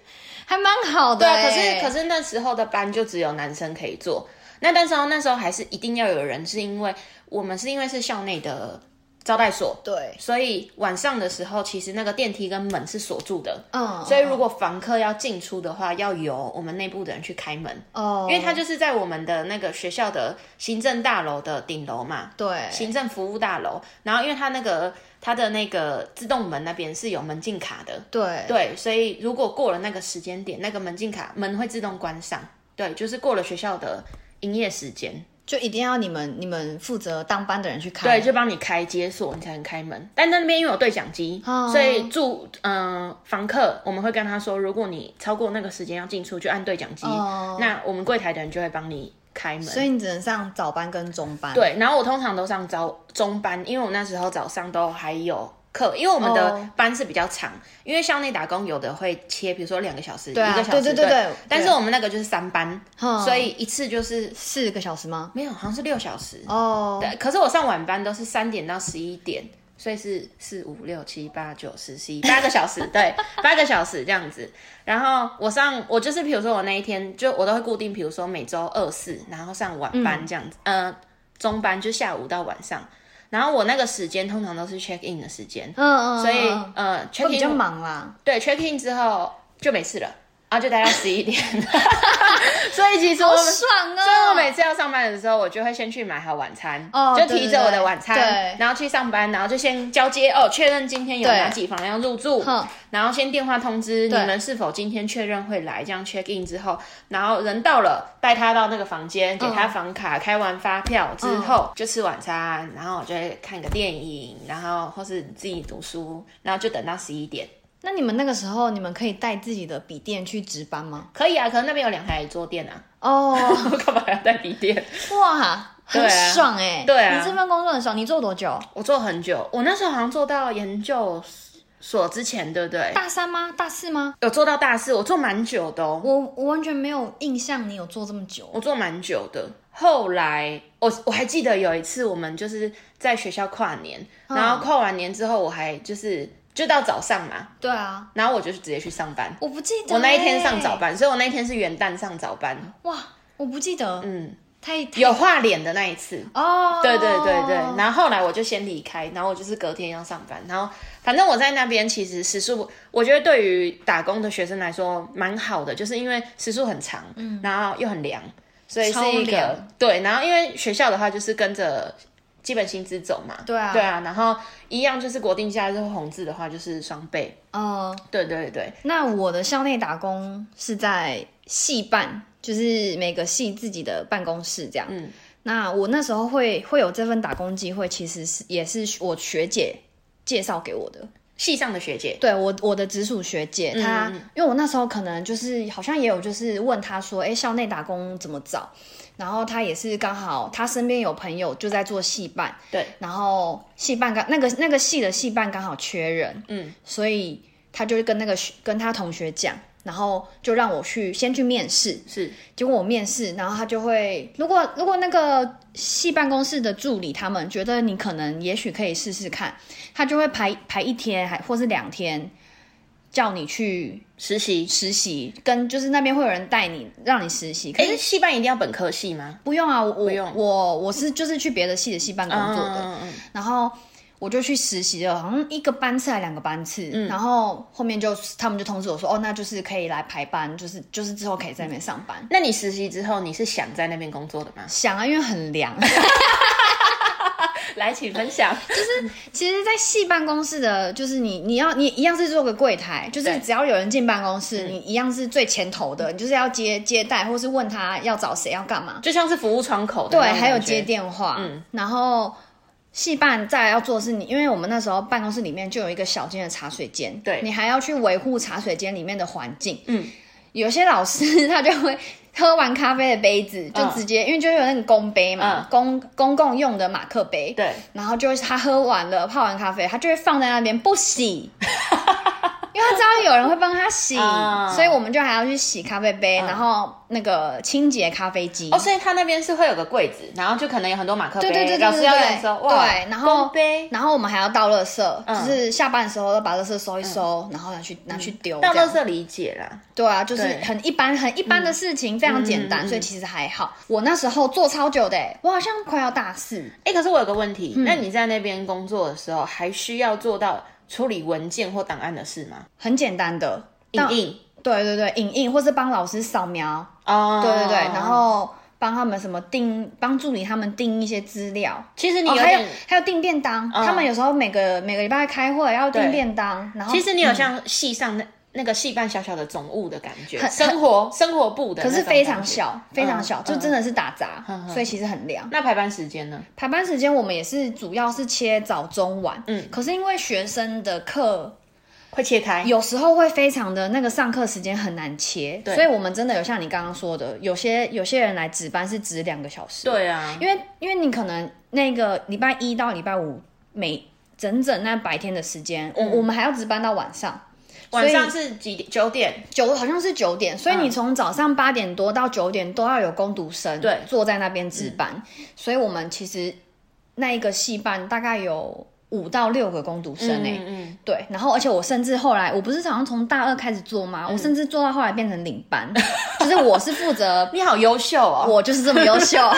S2: 还蛮好的、
S1: 对啊，
S2: 欸。
S1: 可是可是那时候的班就只有男生可以做，那但是哦那时候还是一定要有人，是因为我们是因为是校内的招待所，
S2: 对，
S1: 所以晚上的时候其实那个电梯跟门是锁住的，
S2: 嗯，
S1: 所以如果房客要进出的话，要由我们内部的人去开门，
S2: 哦，
S1: 因为他就是在我们的那个学校的行政大楼的顶楼嘛，
S2: 对
S1: 行政服务大楼。然后因为他那个他的那个自动门那边是有门禁卡的，
S2: 对
S1: 对，所以如果过了那个时间点，那个门禁卡门会自动关上，对，就是过了学校的营业时间，
S2: 就一定要你们你们负责当班的人去看。
S1: 对，就帮你开解锁，你才能开门。但那边因为有对讲机，
S2: 哦
S1: 所以住嗯、呃房客我们会跟他说，如果你超过那个时间要进出，就按对讲机。
S2: 哦
S1: 那我们柜台的人就会帮你开门。
S2: 所以你只能上早班跟中班。，
S1: 对，然后我通常都上早中班，因为我那时候早上都还有课，因为我们的
S2: 哦
S1: 班是比较长，因为校内打工有的会切，比如说两个小时、
S2: 啊
S1: 一个小时，
S2: 对对对对
S1: 但是
S2: 对
S1: 我们那个就是三班，
S2: 嗯
S1: 所以一次就是
S2: 四个小时吗？
S1: 没有，好像是六小时。
S2: 哦，
S1: 嗯对，呃可是我上晚班都是三点到十一点，所以是四五六七八九十十一八个小时，对，八个小时这样子。然后我上我就是，比如说我那一天就我都会固定，比如说每周二四，然后上晚
S2: 嗯
S1: 班这样子，呃，中班就下午到晚上。然后我那个时间通常都是 check in 的时间，
S2: 嗯嗯，
S1: 所以
S2: 嗯嗯
S1: 呃
S2: 会
S1: ，check
S2: 比较
S1: in
S2: 忙啦。
S1: 对 check in 之后就没事了，然后就待到十一点。 所以其实我
S2: 好
S1: 们
S2: 爽啊！
S1: 所以我每次要上班的时候，我就会先去买好晚餐，
S2: 哦
S1: 就提着我的晚餐，
S2: 对对对
S1: 然后去上班，然后就先交接哦，确认今天有
S2: 对
S1: 哪几房要入住
S2: 哼，
S1: 然后先电话通知你
S2: 对
S1: 们是否今天确认会来，这样 check in 之后，然后人到了，带他到那个房间，给
S2: 嗯
S1: 他房卡，开完发票之后就吃晚餐，然后我就会看个电影，然后或是自己读书，然后就等到十一点。
S2: 那你们那个时候，你们可以带自己的笔电去值班吗？
S1: 可以啊，可能那边有两台桌垫啊，
S2: 哦，
S1: 我干嘛要带笔电？
S2: 哇，
S1: 对
S2: 很
S1: 啊
S2: 爽哎！
S1: 对啊
S2: 你这份工作很爽，你做多久？
S1: 我做很久，我那时候好像做到研究所之前，对不对？
S2: 大三吗？大四吗？
S1: 有做到大四，我做蛮久的哦，
S2: 我我完全没有印象，你有做这么久
S1: 我做蛮久的。后来我我还记得有一次，我们就是在学校跨年，然后跨完年之后，我还就是就到早上嘛，
S2: 对啊，
S1: 然后我就是直接去上班。
S2: 我不记得欸、
S1: 我那一天上早班，所以我那一天是元旦上早班，
S2: 哇，我不记得，
S1: 嗯，
S2: 太太
S1: 有画脸的那一次。
S2: 哦，
S1: 对对对对，然后后来我就先离开，然后我就是隔天要上班，然后反正我在那边其实时速，我觉得对于打工的学生来说蛮好的，就是因为时速很长，嗯，然后又很凉，所以是一
S2: 超
S1: 个
S2: 凉
S1: 对，然后因为学校的话就是跟着基本薪资走嘛，
S2: 对啊
S1: 对啊，然后一样就是国定假日或红字的话就是双倍，
S2: 哦、
S1: 对对对，
S2: 那我的校内打工是在系办，就是每个系自己的办公室这样。
S1: 嗯，
S2: 那我那时候会会有这份打工机会，其实是也是我学姐介绍给我的。
S1: 系上的学姐，
S2: 对我我的直属学姐，她、
S1: 嗯嗯
S2: 因为我那时候可能就是好像也有就是问她说，哎，校内打工怎么找？然后她也是刚好她身边有朋友就在做戏办，
S1: 对，
S2: 然后戏办刚那个那个系的戏办刚好缺人，
S1: 嗯，
S2: 所以她就跟那个学跟她同学讲，然后就让我去先去面试，
S1: 是，
S2: 结果我面试，然后他就会，如果如果那个系办公室的助理他们觉得你可能也许可以试试看，他就会排排一天还或是两天，叫你去
S1: 实习，
S2: 实习，跟就是那边会有人带你让你实习，可是
S1: 哎，系办一定要本科系吗？
S2: 不用啊，我我
S1: 用
S2: 我我是就是去别的系的系办工作的，
S1: 嗯嗯嗯
S2: 然后我就去实习了，好像一个班次还两个班次，
S1: 嗯
S2: 然后后面就他们就通知我说，哦，那就是可以来排班，就是就是之后可以在那边上班。
S1: 那你实习之后，你是想在那边工作的吗？
S2: 想啊，因为很凉。
S1: 来，请分享。
S2: 其实，在系办公室的，就是你，你要你一样是做个柜台，就是
S1: 对嗯
S2: 只要有人进办公室，你一样是最前头的，你就是要接接待，或是问他要找谁要干嘛。
S1: 就像是服务窗口的
S2: 对，
S1: 那种感觉，嗯
S2: 还有接电话，然后。戏办再来要做的是你，因为我们那时候办公室里面就有一个小间的茶水间，
S1: 对
S2: 你还要去维护茶水间里面的环境。嗯，有些老师他就会喝完咖啡的杯子就
S1: 嗯
S2: 直接，因为就有那个公杯嘛，
S1: 嗯
S2: 公公共用的马克杯，
S1: 对，
S2: 然后就是他喝完了泡完咖啡，他就会放在那边不 洗，因为他知道有人会帮他洗，
S1: 啊
S2: 所以我们就还要去洗咖啡杯，然后那个清洁咖啡机。
S1: 哦，所以他那边是会有个柜子，然后就可能有很多马克杯，
S2: 对对对对
S1: 老师
S2: 对
S1: 要用的时候，
S2: 对，
S1: 哇，
S2: 对然后
S1: 公杯，
S2: 然后我们还要倒垃圾，
S1: 嗯
S2: 就是下班的时候要把垃圾收一收，然后拿去拿去丢。
S1: 到
S2: 这样
S1: 嗯垃圾理解啦，
S2: 对啊，就是
S1: 对嗯
S2: 很一般很一般的事情，非常简单，所以其实还好。我那时候做超久的欸，我好像快要大四。
S1: 哎、可是我有个问题，
S2: 嗯
S1: 那你在那边工作的时候，还需要做到处理文件或档案的事吗？
S2: 很简单的
S1: 影
S2: 但
S1: 印
S2: 对对对，影印或是帮老师扫描，
S1: 哦，
S2: 对对对，然后帮他们什么订，帮助理他们订一些资料。
S1: 其实你
S2: 哦，
S1: 有
S2: 还
S1: 点嗯
S2: 有，还有订便当，他们有时候每个每个礼拜开会要订
S1: 对
S2: 便当，然后
S1: 其实你有像系上那、那个系办小小的总务的感觉，
S2: 嗯很
S1: 生活生活部的，
S2: 可是非常。小，非常小，就真的是打杂，
S1: 嗯
S2: 所以其实很凉。
S1: 那排班时间呢？
S2: 排班时间我们也是主要是切早中晚，嗯，可是因为学生的课
S1: 会切开，
S2: 有时候会非常的那个上课时间很难切，所以我们真的有像你刚刚说的，有些有些人来值班是值两个小时，
S1: 对啊，
S2: 因为因为你可能那个礼拜一到礼拜五每整整那白天的时间，我、我们还要值班到晚上。
S1: 嗯晚上嗯是几点？九点，
S2: 九好像是九点，所以你从早上八点多到九点都要有工读生
S1: 对
S2: 坐在那边值班，所以我们其实那一个戏班大概有五到六个工读生诶、
S1: 嗯，
S2: 对，然后而且我甚至后来我不是好像从大二开始做吗？我甚至做到后来变成领 班，就是我是负责
S1: 你好优秀哦，
S2: 我就是这么优秀，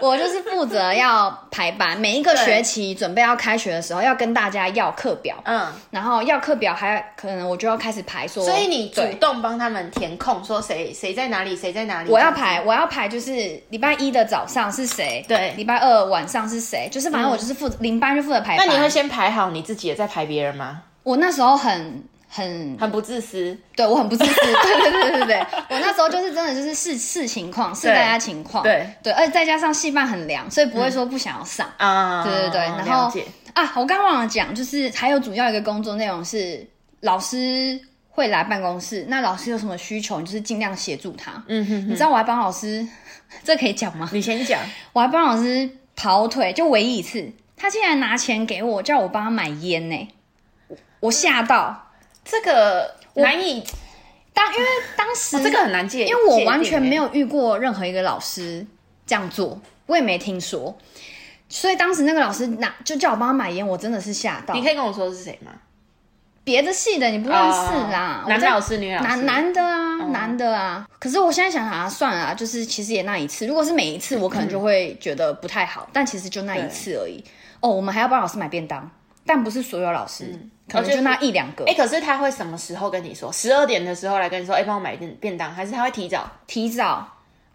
S2: 我就是负责要排班，每一个
S1: 对
S2: 学期准备要开学的时候，要跟大家要课表，
S1: 嗯，
S2: 然后要课表还可能我就要开始排说，
S1: 所以你主
S2: 对。
S1: 动帮他们填空，说谁谁在哪里，谁在哪里，
S2: 我
S1: 这
S2: 要
S1: 样子
S2: 排，我要排，就是礼拜一的早上是谁，
S1: 对嗯
S2: 礼拜二晚上是谁，就是反正我就是负责领班就负责排
S1: 那
S2: 班。
S1: 你会先排好你自己，再排别人吗？
S2: 我那时候很很
S1: 很不自私，
S2: 对我很不自私，对对对对对，我那时候就是真的就是视视情况，视
S1: 对
S2: 大家情况，
S1: 对
S2: 对，而且再加上戏班很凉，所以不会说不想要上。
S1: 啊、
S2: 对对对，然
S1: 了
S2: 后
S1: 解，
S2: 啊，我刚忘了讲，就是还有主要一个工作内容是老师会来办公室，那老师有什么需求，你就是尽量协助他。
S1: 嗯哼，
S2: 你知道我还帮老师， 这可以讲吗？
S1: 你先讲，
S2: 我还帮老师跑腿，就唯一一次，他竟然拿钱给我，叫我帮他买烟呢、我我吓到。
S1: 这个难以，
S2: 当因为当时、
S1: 哦这个很难界，欸
S2: 因为我完全没
S1: 有，
S2: 有遇过任何一个老师这样做，我也没听说，所以当时那个老师拿就叫我帮他买烟，我真的是吓到
S1: 你。可以跟我说是谁吗？
S2: 别的系的你不认识啦，
S1: 哦
S2: 我在
S1: 男老师、女老师，哦
S2: 男男的啊，男的啊。可是我现在想想啊，算了啊，就是其实也那一次，如果是每一
S1: 嗯
S2: 次，我可能就会觉得不太好，但其实就那一次而已。哦，我们还要帮老师买便当，但不是所有老师，可能就那一两个。
S1: 哎、嗯可是他会什么时候跟你说？十二点的时候来跟你说，哎、帮我买便便当，还是他会提早？
S2: 提早，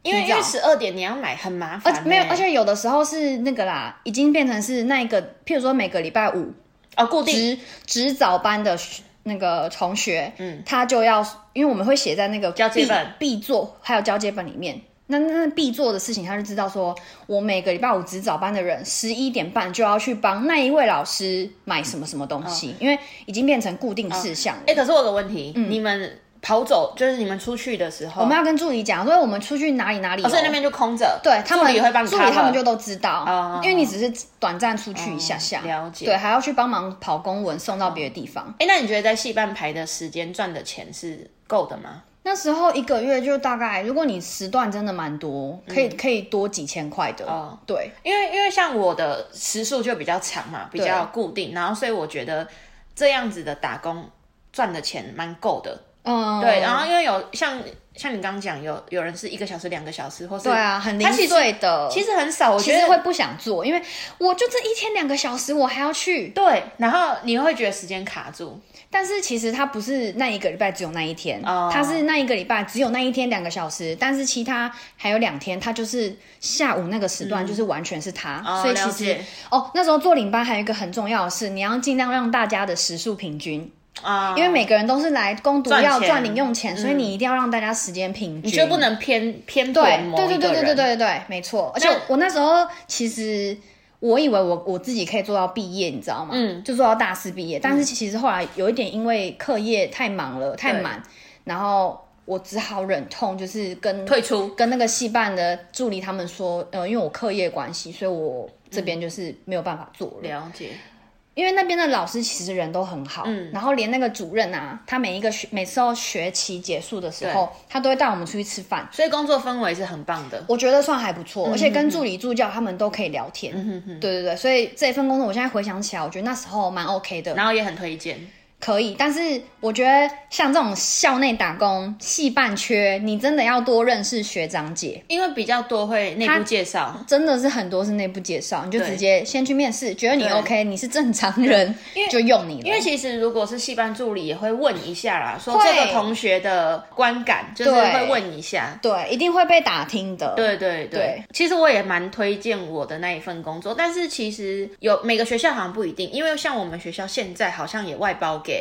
S1: 因为
S2: 提
S1: 因
S2: 早
S1: 为十二点你要买很麻
S2: 而
S1: 烦、
S2: 且
S1: 欸，
S2: 没有，而且有的时候是那个啦，已经变成是那一个，譬如说每个礼拜五
S1: 哦固定
S2: 值值早班的学那个同学，嗯，他就要，因为我们会写在那个
S1: 交接
S2: 必
S1: 本
S2: 必做还有交接本里面。那那那必做的事情，他就知道说，我每个礼拜五值早班的人，十一点半就要去帮那一位老师买什么什么东西，
S1: 嗯
S2: 因为已经变成固定事项了。
S1: 哎、可是我有个问题，你们跑走就是你们出去的时
S2: 嗯
S1: 候，
S2: 我们要跟助理讲，所以我们出去哪里哪里、哦，
S1: 所以那边就空着，
S2: 对他们
S1: 助理会帮你
S2: 助理他
S1: cover
S2: 们就都知道，
S1: 哦
S2: 因为你只是短暂出去一下下，
S1: 哦了解
S2: 对，还要去帮忙跑公文送到别的地方。
S1: 哎、那你觉得在戏班排的时间赚的钱是够的吗？
S2: 那时候一个月就大概，如果你时段真的蛮多，可以、可以多几千块的，
S1: 嗯哦
S2: 对，
S1: 因为因为像我的时数就比较长嘛，比较固定，然后所以我觉得这样子的打工赚的钱蛮够的，
S2: 嗯，
S1: 对，然后因为有像像你刚刚讲，有有人是一个小时、两个小时，或是
S2: 对啊，很零
S1: 他其实
S2: 碎的，
S1: 其实很少，我
S2: 其
S1: 觉
S2: 实
S1: 得
S2: 会不想做，因为我就这一天两个小时，我还要去。
S1: 对，然后你会觉得时间卡住，
S2: 但是其实它不是那一个礼拜只有那一天，
S1: 哦
S2: 它是那一个礼拜只有那一天两个小时，但是其他还有两天，它就是下午那个时段就是完全是它，
S1: 嗯哦
S2: 所以其
S1: 了
S2: 实
S1: 解
S2: 哦，那时候做领班还有一个很重要的是，你要尽量让大家的时数平均，
S1: 啊、
S2: 因为每个人都是来攻读
S1: 赚
S2: 要
S1: 钱嗯
S2: 赚零用钱，所以你一定要让大家时间平均，
S1: 你就不能偏偏颇
S2: 对
S1: 某
S2: 对对
S1: 一
S2: 对
S1: 个
S2: 对对
S1: 人
S2: 对对，没错。而且我那时候其实我以为我我自己可以做到毕业，你知道吗？嗯，就做到大四毕业。
S1: 嗯
S2: 但是其实后来有一点因为课业太忙了，太满，然后我只好忍痛，就是跟
S1: 退出
S2: 跟那个戏办的助理他们说，呃，因为我课业关系，所以我这
S1: 嗯
S2: 边就是没有办法做了。
S1: 了解，
S2: 因为那边的老师其实人都很好，
S1: 嗯
S2: 然后连那个主任啊，他每一个学每次到学期结束的时候，他都会带我们出去吃饭。
S1: 所以工作氛围是很棒的。
S2: 我觉得算还不
S1: 嗯
S2: 错，而且跟助理助教他们都可以聊天。对对对，所以这一份工作我现在回想起来，我觉得那时候蛮 OK 的，
S1: 然后也很推荐，
S2: 可以。但是我觉得像这种校内打工、系办缺，你真的要多认识学长姐，
S1: 因为比较多会内部介绍，
S2: 真的是很多是内部介绍，你就
S1: 对
S2: 直接先去面试，觉得你
S1: 对
S2: OK，你是正常人，就用你了。
S1: 因为其实如果是戏班助理，也会问一下啦，说
S2: 会
S1: 这个同学的观感，就是
S2: 对
S1: 会问一下。
S2: 对，一定会被打听的。
S1: 对对对，
S2: 对
S1: 其实我也蛮推荐我的那一份工作，但是其实有每个学校好像不一定，因为像我们学校现在好像也外包给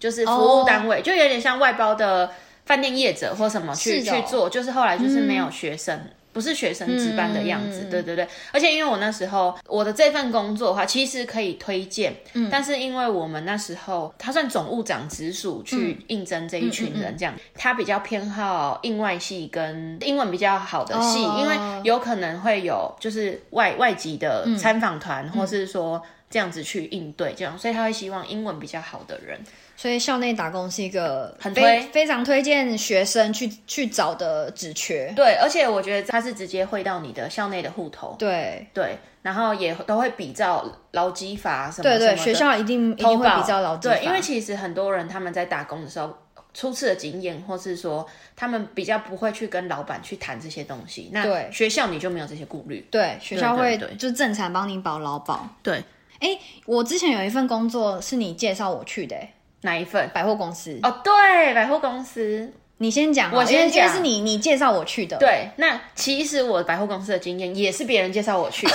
S1: 就是
S2: 哦
S1: 服务单位，就有点像外包的饭店业者或什么去、
S2: 是哦嗯
S1: 去做，就是后来就是没有学生。不是学生值班的样子，对对对，而且因为我那时候我的这份工作的话，其实可以推荐，
S2: 嗯
S1: 但是因为我们那时候他算总务长直
S2: 嗯
S1: 属去应征这一群人，这样、他比较偏好印外系跟英文比较好的系，
S2: 哦
S1: 因为有可能会有就是外外籍的参访团，
S2: 嗯
S1: 或是说这样子去应对这样，所以他会希望英文比较好的人。
S2: 所以校内打工是一个
S1: 很
S2: 非
S1: 推
S2: 非常推荐学生去去找的职缺。
S1: 对，而且我觉得他是直接汇到你的校内的户头，
S2: 对。
S1: 对，然后也都会比照劳基法什么
S2: 对
S1: 什么
S2: 对，
S1: 的
S2: 学校一定一
S1: 投
S2: 定会
S1: 保
S2: 比较牢记法。
S1: 对，因为其实很多人他们在打工的时候。初次的经验，或是说他们比较不会去跟老板去谈这些东西，那
S2: 对
S1: 学校你就没有这些顾虑。
S2: 对学校会
S1: 对对
S2: 就正常帮你保劳保。
S1: 对，
S2: 哎，我之前有一份工作是你介绍我去的，诶
S1: 哪一份？
S2: 百货公司。
S1: 哦，对，百货公司。
S2: 你先讲好了，
S1: 我先
S2: 因为因为
S1: 讲
S2: 是你你介绍我去的。，
S1: 对，那其实我百货公司的经验也是别人介绍我去的。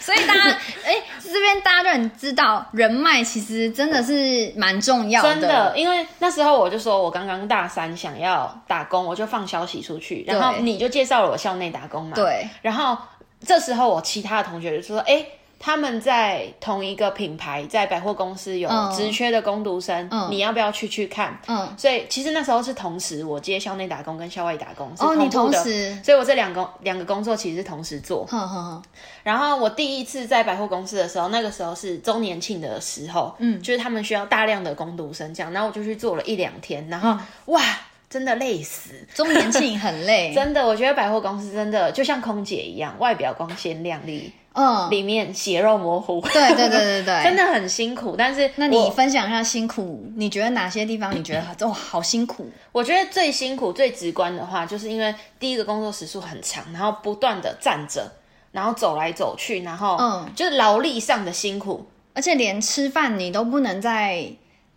S2: 所以大家哎，这边大家就很知道人脉其实真的是蛮重要
S1: 真的，因为那时候我就说我刚刚大三想要打工，我就放消息出去，然后
S2: 对
S1: 你就介绍了我校内打工嘛。
S2: 对，
S1: 然后这时候我其他的同学就说：“哎、他们在同一个品牌，在百货公司有
S2: 嗯
S1: 职缺的工读生，
S2: 嗯
S1: 你要不要去去看？”
S2: 嗯，
S1: 所以其实那时候是同时我接校内打工跟校外打工是
S2: 哦，你
S1: 同
S2: 同
S1: 步的。
S2: 时，
S1: 所以我这两工两个工作其实是同时做。
S2: 哼哼哼，
S1: 然后我第一次在百货公司的时候，那个时候是周年庆的时候，嗯，就是他们需要大量的工读生这样，然后我就去做了一两天，然后、
S2: 嗯
S1: 哇，真的累死。
S2: 周年庆很累，
S1: 真的，我觉得百货公司真的就像空姐一样，外表光鲜亮丽，
S2: 嗯，
S1: 里面血肉模糊。
S2: 对对对对对，
S1: 真的很辛苦。但是
S2: 那你
S1: 我
S2: 分享一下辛苦，你觉得哪些地方你觉得哦好辛苦？
S1: 我觉得最辛苦、最直观的话，就是因为第一个工作时数很长，然后不断的站着，然后走来走去，然后
S2: 嗯
S1: 就是劳力上的辛苦。
S2: 而且连吃饭你都不能在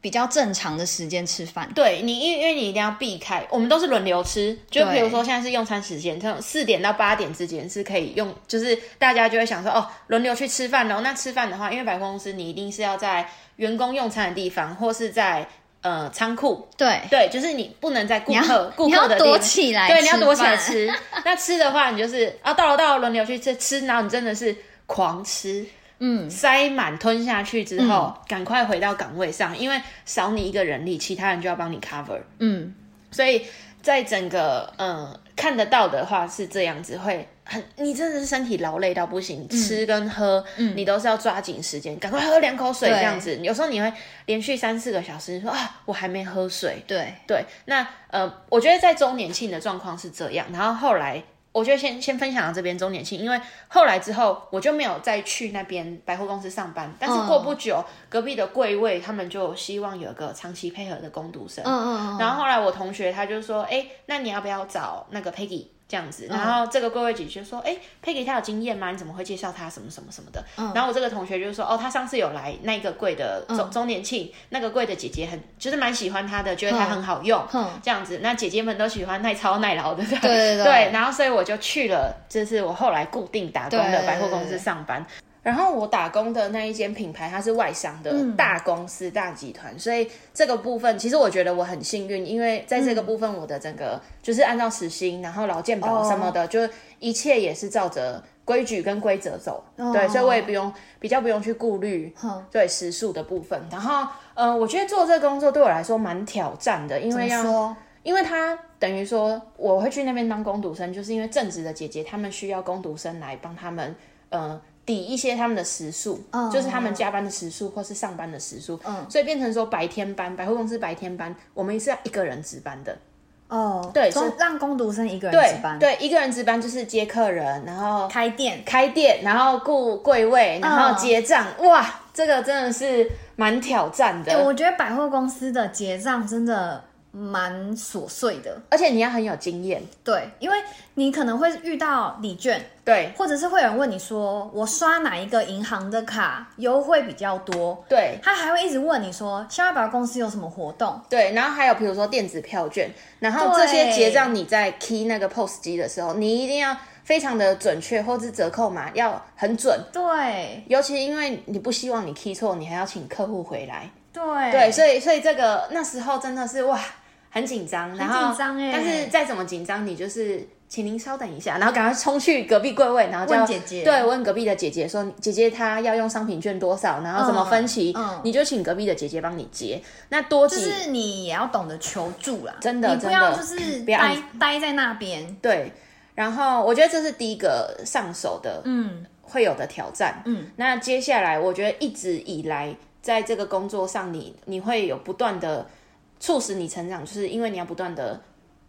S2: 比较正常的时间吃饭。
S1: 对你，因因为你一定要避开，我们都是轮流吃。就
S2: 对
S1: 比如说现在是用餐时间，这种四点到八点之间是可以用，就是大家就会想说哦，轮流去吃饭喽。那吃饭的话，因为百货公司你一定是要在员工用餐的地方，或是在呃仓库，
S2: 对，
S1: 对，就是你不能在顾
S2: 你要
S1: 客顾
S2: 你
S1: 客
S2: 要
S1: 的地
S2: 躲
S1: 方
S2: 起来，
S1: 对，你要躲起来。吃。那吃的话，你就是啊，到了到了轮流去吃吃，然后你真的是狂吃，
S2: 嗯，
S1: 塞满吞下去之后，赶快回到岗位上，因为少你一个人力，其他人就要帮你 cover。
S2: 嗯，
S1: 所以在整个嗯看得到的话是这样子，会很你真的是身体劳累到不行，吃跟喝、你都是要抓紧时间，赶快喝两口水
S2: 对
S1: 这样子。有时候你会连续三四个小时，你说啊我还没喝水，
S2: 对，
S1: 对，那呃，我觉得在周年庆的状况是这样，然后后来我觉得先先分享到这边周年庆，因为后来之后我就没有再去那边百货公司上班，但是
S2: 嗯
S1: 过不久、隔壁的柜位他们就希望有一个长期配合的工读生，
S2: 嗯嗯嗯，
S1: 然后后来我同学他就说，哎、那你要不要找那个 Peggy 这样
S2: 嗯
S1: 子？然后这个柜位姐就说，哎、p e g g y 她有经验吗？你怎么会介绍她什么什么什么的？
S2: 嗯
S1: 然后我这个同学就说，哦，她上次有来那个柜的周、周年庆，那个柜的姐姐很就是蛮喜欢她的，觉得她很好用，
S2: 嗯
S1: 这样子。那姐姐们都喜欢耐操耐劳的，对
S2: 对对对
S1: 然后所以我就去了，这是我后来固定打工的
S2: 对
S1: 百货公司上班。然后我打工的那一间品牌，它是外商的
S2: 嗯
S1: 大公司、大集团，所以这个部分其实我觉得我很幸运，因为在这个部分我的整个、就是按照时薪，然后劳健保什么的，就一切也是照着规矩跟规则走。对，所以我也不用比较不用去顾虑、对时数的部分。然后呃，我觉得做这个工作对我来说蛮挑战的，因为要
S2: 说
S1: 因为他等于说我会去那边当工读生，就是因为正职的姐姐她们需要工读生来帮他们，呃，抵一些他们的时数，
S2: 嗯
S1: 就是他们加班的时数或是上班的时数，所以变成说白天班，百货公司白天班，我们是要一个人值班的，
S2: 哦，
S1: 对
S2: 说
S1: 是
S2: 让工读生一个人值班，，
S1: 对，一个人值班就是接客人，然后
S2: 开店，
S1: 开店，然后顾柜
S2: 嗯
S1: 位，然后结账，哇，这个真的是蛮挑战的，
S2: 哎、我觉得百货公司的结账真的蛮琐碎的，
S1: 而且你要很有经验，
S2: 对，因为你可能会遇到礼券，
S1: 对
S2: 或者是会有人问你说，我刷哪一个银行的卡优惠比较多？
S1: 对，
S2: 他还会一直问你说，现在百货公司有什么活动？
S1: 对，然后还有比如说电子票券，然后这些结账你在 key 那个 POS 机的时候，你一定要非常的准确，或是折扣码要很准。
S2: 对
S1: 尤其因为你不希望你 key 错，你还要请客户回来。
S2: 对
S1: 对，所以所以这个那时候真的是哇，很紧张，然后
S2: 紧张欸
S1: 但是再怎么紧张，你就是请您稍等一下，然后赶快冲去隔壁柜位，然后就
S2: 问姐姐
S1: 对，问隔壁的姐姐说，姐姐她要用商品券多少，然后怎么分期，
S2: 嗯嗯
S1: 你就请隔壁的姐姐帮你结。那多
S2: 就
S1: 几
S2: 是你也要懂得求助啦，
S1: 真的
S2: 你不
S1: 真
S2: 要
S1: 的
S2: 就是
S1: 不要
S2: 待待在那边，
S1: 对，然后我觉得这是第一个上手的
S2: 嗯，
S1: 会有的挑战。嗯，那接下来我觉得一直以来在这个工作上你，你会有不断的促使你成长，就是因为你要不断的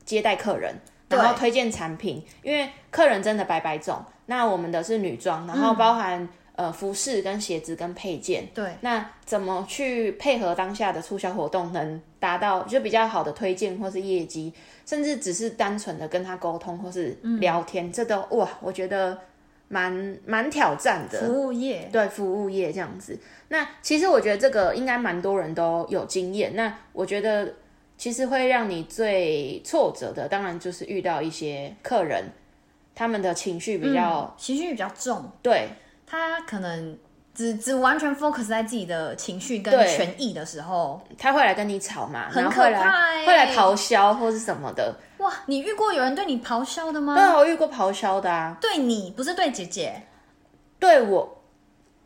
S1: 接待客人。然后
S2: 对
S1: 推荐产品，因为客人真的百百种。那我们的是女装，然后包含、呃服饰、跟鞋子、跟配件。
S2: 嗯对，
S1: 那怎么去配合当下的促销活动，能达到就比较好的推荐或是业绩，甚至只是单纯的跟他沟通或是
S2: 嗯
S1: 聊天，这都哇，我觉得蛮蛮挑战的。
S2: 服务业，
S1: 对服务业这样子，那其实我觉得这个应该蛮多人都有经验。那我觉得其实会让你最挫折的，当然就是遇到一些客人，他们的情绪比较、
S2: 嗯情绪比较重，
S1: 对，
S2: 他可能只只完全 focus 在自己的情绪跟
S1: 对
S2: 权益的时候，
S1: 他会来跟你吵嘛，
S2: 很
S1: 然后会
S2: 可
S1: 来
S2: 怕欸
S1: 会来咆哮或是什么的。
S2: 哇，你遇过有人对你咆哮的吗？
S1: 对啊，我遇过咆哮的啊。
S2: 对你不是对姐姐，
S1: 对我，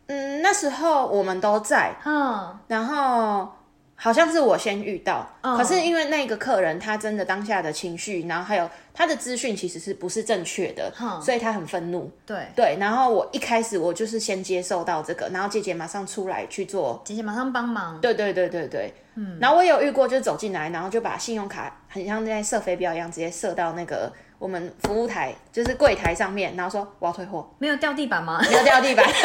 S1: 嗯，那时候我们都在，
S2: 嗯，
S1: 然后好像是我先遇到，
S2: 嗯
S1: 可是因为那个客人他真的当下的情绪，然后还有他的资讯其实是不是正确的，
S2: 嗯
S1: 所以他很愤怒。
S2: 对，
S1: 对，然后我一开始我就是先接受到这个，然后姐姐马上出来去做
S2: 姐姐马上帮忙，
S1: 对对对对对，嗯。然后我有遇过，就走进来，然后就把信用卡很像在射飞镖一样，直接射到那个我们服务台，就是柜台上面，然后说我要退货，
S2: 没有掉地板吗？
S1: 没有掉地板，
S2: 信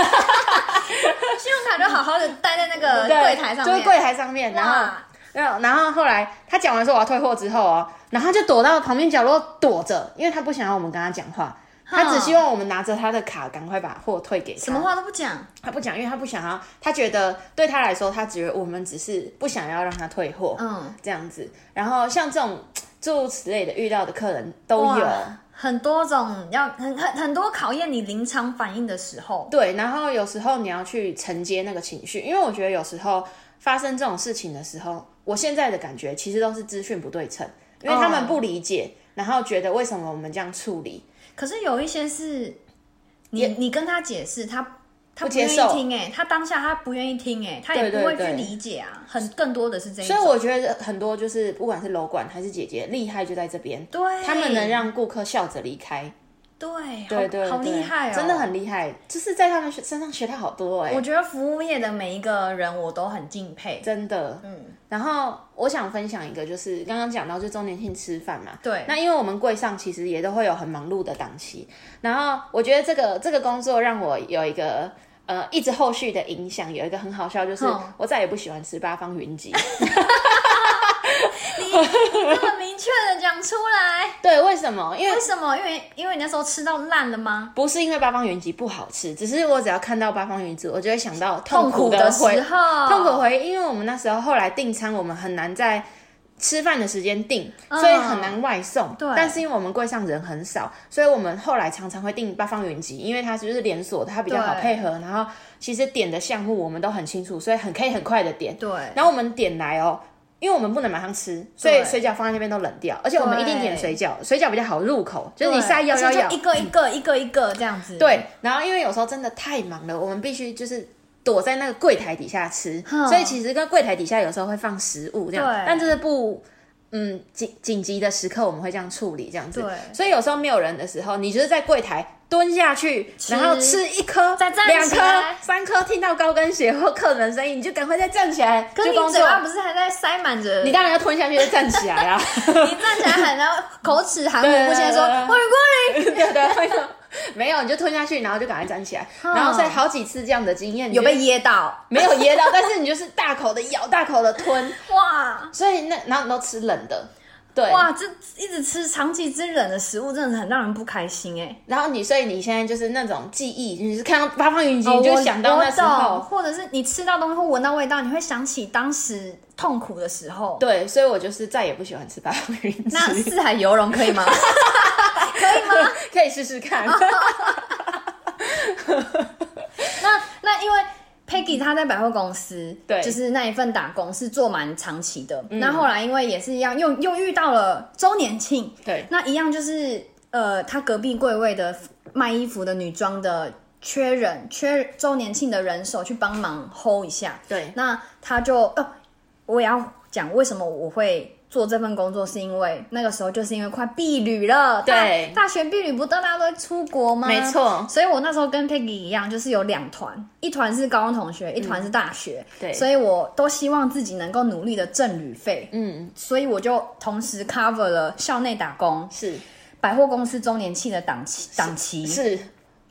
S2: 用卡就好好的待在那个
S1: 嗯对
S2: 柜台上面，啊
S1: 就是柜台上面，然后。
S2: 哇，
S1: 然后，然后后来他讲完说我要退货之后哦，然后他就躲到旁边角落躲着，因为他不想要我们跟他讲话，他只希望我们拿着他的卡赶快把货退给他。
S2: 什么话都不讲，
S1: 他不讲，因为他不想要，他觉得对他来说，他觉得我们只是不想要让他退货，
S2: 嗯，
S1: 这样子。然后像这种诸如此类的遇到的客人都有，
S2: 哇很多种要很很很多考验你临场反应的时候，
S1: 对。然后有时候你要去承接那个情绪，因为我觉得有时候发生这种事情的时候，我现在的感觉其实都是资讯不对称，因为他们
S2: 哦
S1: 不理解，然后觉得为什么我们这样处理，
S2: 可是有一些是你你跟他解释，他他
S1: 不
S2: 不愿
S1: 接
S2: 意
S1: 受
S2: 听、哎，他当下他不愿意听、哎，他
S1: 对
S2: 也
S1: 对
S2: 不会去
S1: 对
S2: 理解啊，很更多的是这一
S1: 所以
S2: 种，
S1: 我觉得很多就是不管是楼管还是姐姐，厉害就在这边，
S2: 对，
S1: 他们能让顾客笑着离开。
S2: 对
S1: 对对
S2: 好好厉
S1: 对
S2: 害哦，
S1: 真的很厉害，就是在他们学身上学到好多哎、
S2: 我觉得服务业的每一个人我都很敬佩。
S1: 真的。嗯，然后我想分享一个，就是刚刚讲到，就周年庆吃饭嘛。
S2: 对
S1: 那因为我们柜上其实也都会有很忙碌的档期，然后我觉得这个这个工作让我有一个。呃，一直后续的影响有一个很好笑，就是
S2: 嗯
S1: 我再也不喜欢吃八方云集。
S2: 你这么明确的讲出来，
S1: 对，为什么？因为
S2: 为什么？因为因为你那时候吃到烂了吗？
S1: 不是因为八方云集不好吃，只是我只要看到八方云集，我就会想到痛
S2: 苦
S1: 苦
S2: 的
S1: 回
S2: 时候，
S1: 痛苦回忆，因为我们那时候后来订餐，我们很难在吃饭的时间订，所以很难外送。
S2: 嗯对
S1: 但是因为我们柜上人很少，所以我们后来常常会订八方云集，因为它就是连锁的，它比较好
S2: 对
S1: 配合。然后其实点的项目我们都很清楚，所以很可以很快的点。
S2: 对，
S1: 然后我们点来哦。因为我们不能马上吃，所以
S2: 对
S1: 水饺放在那边都冷掉，而且我们一定点水饺，水饺比较好入口，就是你
S2: 对
S1: 下一咬
S2: 而
S1: 咬
S2: 且就
S1: 咬，
S2: 一个一个一个一个这样子。
S1: 对，然后因为有时候真的太忙了，我们必须就是躲在那个柜台底下吃，
S2: 嗯
S1: 所以其实跟柜台底下有时候会放食物这样
S2: 对，
S1: 但这是不。嗯，紧紧急的时刻我们会这样处理，这样子
S2: 对。
S1: 所以有时候没有人的时候，你就是在柜台蹲下去，
S2: 吃
S1: 然后吃一颗、
S2: 再站
S1: 两
S2: 起
S1: 颗
S2: 来、
S1: 三颗，听到高跟鞋或客人声音，你就赶快再站起来。
S2: 可是
S1: 就
S2: 你
S1: 工
S2: 嘴
S1: 作，
S2: 巴不是还在塞满着？
S1: 你当然要吞下去再站起来 啊。
S2: 你站起来喊，然后口齿含糊不清地说
S1: 对对对
S2: “
S1: 对
S2: 我是
S1: 对对对，会说没有你就吞下去，然后就赶快站起来。然后所以好几次这样的经验，”，你
S2: 有
S1: 就
S2: 被噎到
S1: 没有噎到，但是你就是大口的咬，大口的吞，
S2: 哇
S1: 所以那然后你都吃冷的，对，
S2: 哇！这一直吃长期之冷的食物，真的是很让人不开心哎。
S1: 然后你所以你现在就是那种记忆，你是看到八方云集，
S2: 哦
S1: 你就
S2: 我
S1: 想到
S2: 我
S1: 那时
S2: 懂
S1: 候，
S2: 或者是你吃到东西或闻到味道，你会想起当时痛苦的时候。
S1: 对，所以我就是再也不喜欢吃八方云集，
S2: 那四海游龙可以吗？可以吗？
S1: 可以试 试看，
S2: 那那因为 Peggy 她在百货公司，
S1: 对嗯
S2: 就是那一份打工是做蛮长期的。那后来因为也是一样，又又遇到了周年庆，
S1: 对
S2: 那一样就是呃，她隔壁柜位的卖衣服的女装的。缺人，缺周年庆的人手去帮忙 hold 一下。
S1: 对
S2: 那她就哦，我也要讲为什么我会做这份工作，是因为那个时候就是因为快避旅了，
S1: 对
S2: 大，大学避旅不都大家都会出国吗？
S1: 没错
S2: 所以我那时候跟 Peggy 一样，就是有两团，一团是高中同学，一团是大学。
S1: 嗯对
S2: 所以我都希望自己能够努力的挣旅费。
S1: 嗯，
S2: 所以我就同时 cover 了校内打工、
S1: 是
S2: 百货公司周年庆的档期、档期，
S1: 是，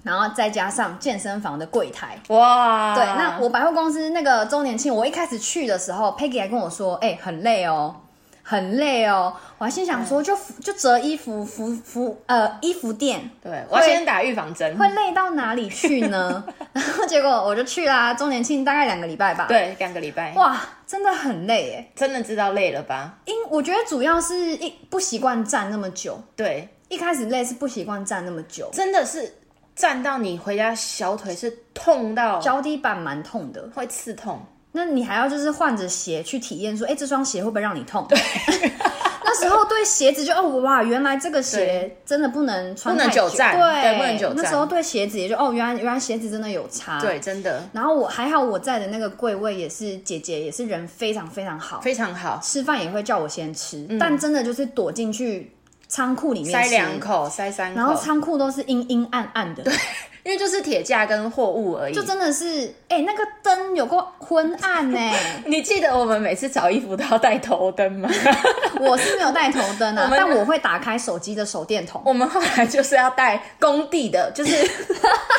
S2: 然后再加上健身房的柜台。
S1: 哇，
S2: 对，那我百货公司那个周年庆，我一开始去的时候，Peggy 还跟我说：“哎、很累哦，很累哦。”我还心想
S1: 嗯
S2: 说就，就折衣服服服呃衣服店，
S1: 对我要先打预防针，
S2: 会累到哪里去 呢？然后结果我就去啦，周年庆大概两个礼拜吧。，
S1: 对，两个礼拜，
S2: 哇，真的很累耶。
S1: 真的知道累了吧？
S2: 因我觉得主要是一不习惯站那么久，
S1: 对，
S2: 一开始累是不习惯站那么久，
S1: 真的是站到你回家小腿是痛到
S2: 脚底板蛮痛的。
S1: 会刺痛。
S2: 那你还要就是换着鞋去体验，说，哎、这双鞋会不会让你痛？ 那时候对鞋子就哦哇，原来这个鞋真的不能穿
S1: 不能
S2: 太久
S1: 久站
S2: 对，
S1: 对不能久站
S2: 那时候对鞋子也就哦，原来原来鞋子真的有差。
S1: 对，真的
S2: 然后我还好，我在的那个柜位也是姐姐，也是人非常非常好，
S1: 非常好，
S2: 吃饭也会叫我先吃，但真的就是躲进去仓库里面
S1: 塞
S2: 吃
S1: 两，口，塞三
S2: 然后
S1: 口，
S2: 仓库都是阴阴暗暗的，
S1: 因为就是铁架跟货物而已。
S2: 就真的是哎、那个灯有够昏暗呢、
S1: 你记得我们每次找衣服都要带头灯 吗？
S2: 我是没有带头灯啊，
S1: 我们
S2: 但我会打开手机的手电筒。
S1: 我们后来就是要带工地的，就是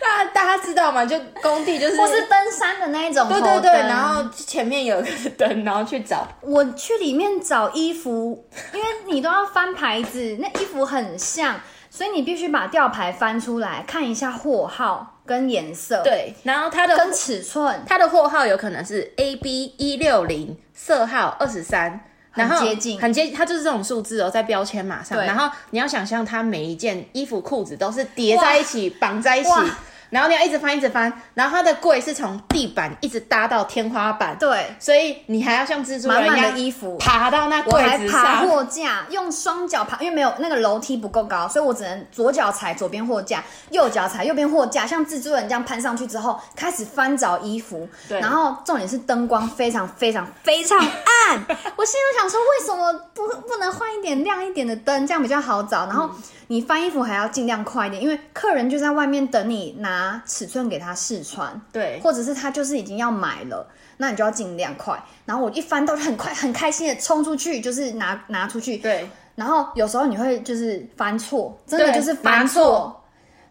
S1: 大家大家知道吗？就工地就是
S2: 或是登山的那一种头
S1: 对
S2: 灯，
S1: 对对，然后前面有一个灯，然后去找。
S2: 我去里面找衣服，因为你都要翻牌子，那衣服很像，所以你必须把吊牌翻出来看一下货号跟颜色，，
S1: 对，然后它的
S2: 跟尺寸
S1: 它的货号有可能是 A B 一六零，色号二十三。然后
S2: 很接近
S1: 很接近，它就是这种数字哦，在标签码上。
S2: 对
S1: 然后你要想象它每一件衣服、裤子都是叠在一起、绑在一起
S2: 哇，
S1: 然后你要一直翻、一直翻。然后它的柜是从地板一直搭到天花板，
S2: 对，
S1: 所以你还要像蜘蛛
S2: 满
S1: 人一
S2: 满的
S1: 样
S2: 衣服。
S1: 爬到那
S2: 我
S1: 柜
S2: 还
S1: 子
S2: 爬
S1: 上。
S2: 货架，用双脚爬，因为没有那个楼梯不够高，所以我只能左脚踩左边货架，右脚踩右边货架，像蜘蛛人这样攀上去之后，开始翻找衣服。
S1: 对
S2: 然后重点是灯光非常非常非常暗，暗。我心里想说，为什么不不能换一点亮一点的灯，这样比较好找？然后你翻衣服还要尽量快一点，因为客人就在外面等你拿尺寸给他试穿，
S1: 对，
S2: 或者是他就是已经要买了，那你就要尽量快。然后我一翻到就很快 很开心的冲出去，就是拿拿出去。
S1: 对，
S2: 然后有时候你会就是翻错，真的
S1: 对
S2: 就是翻
S1: 拿错
S2: 错，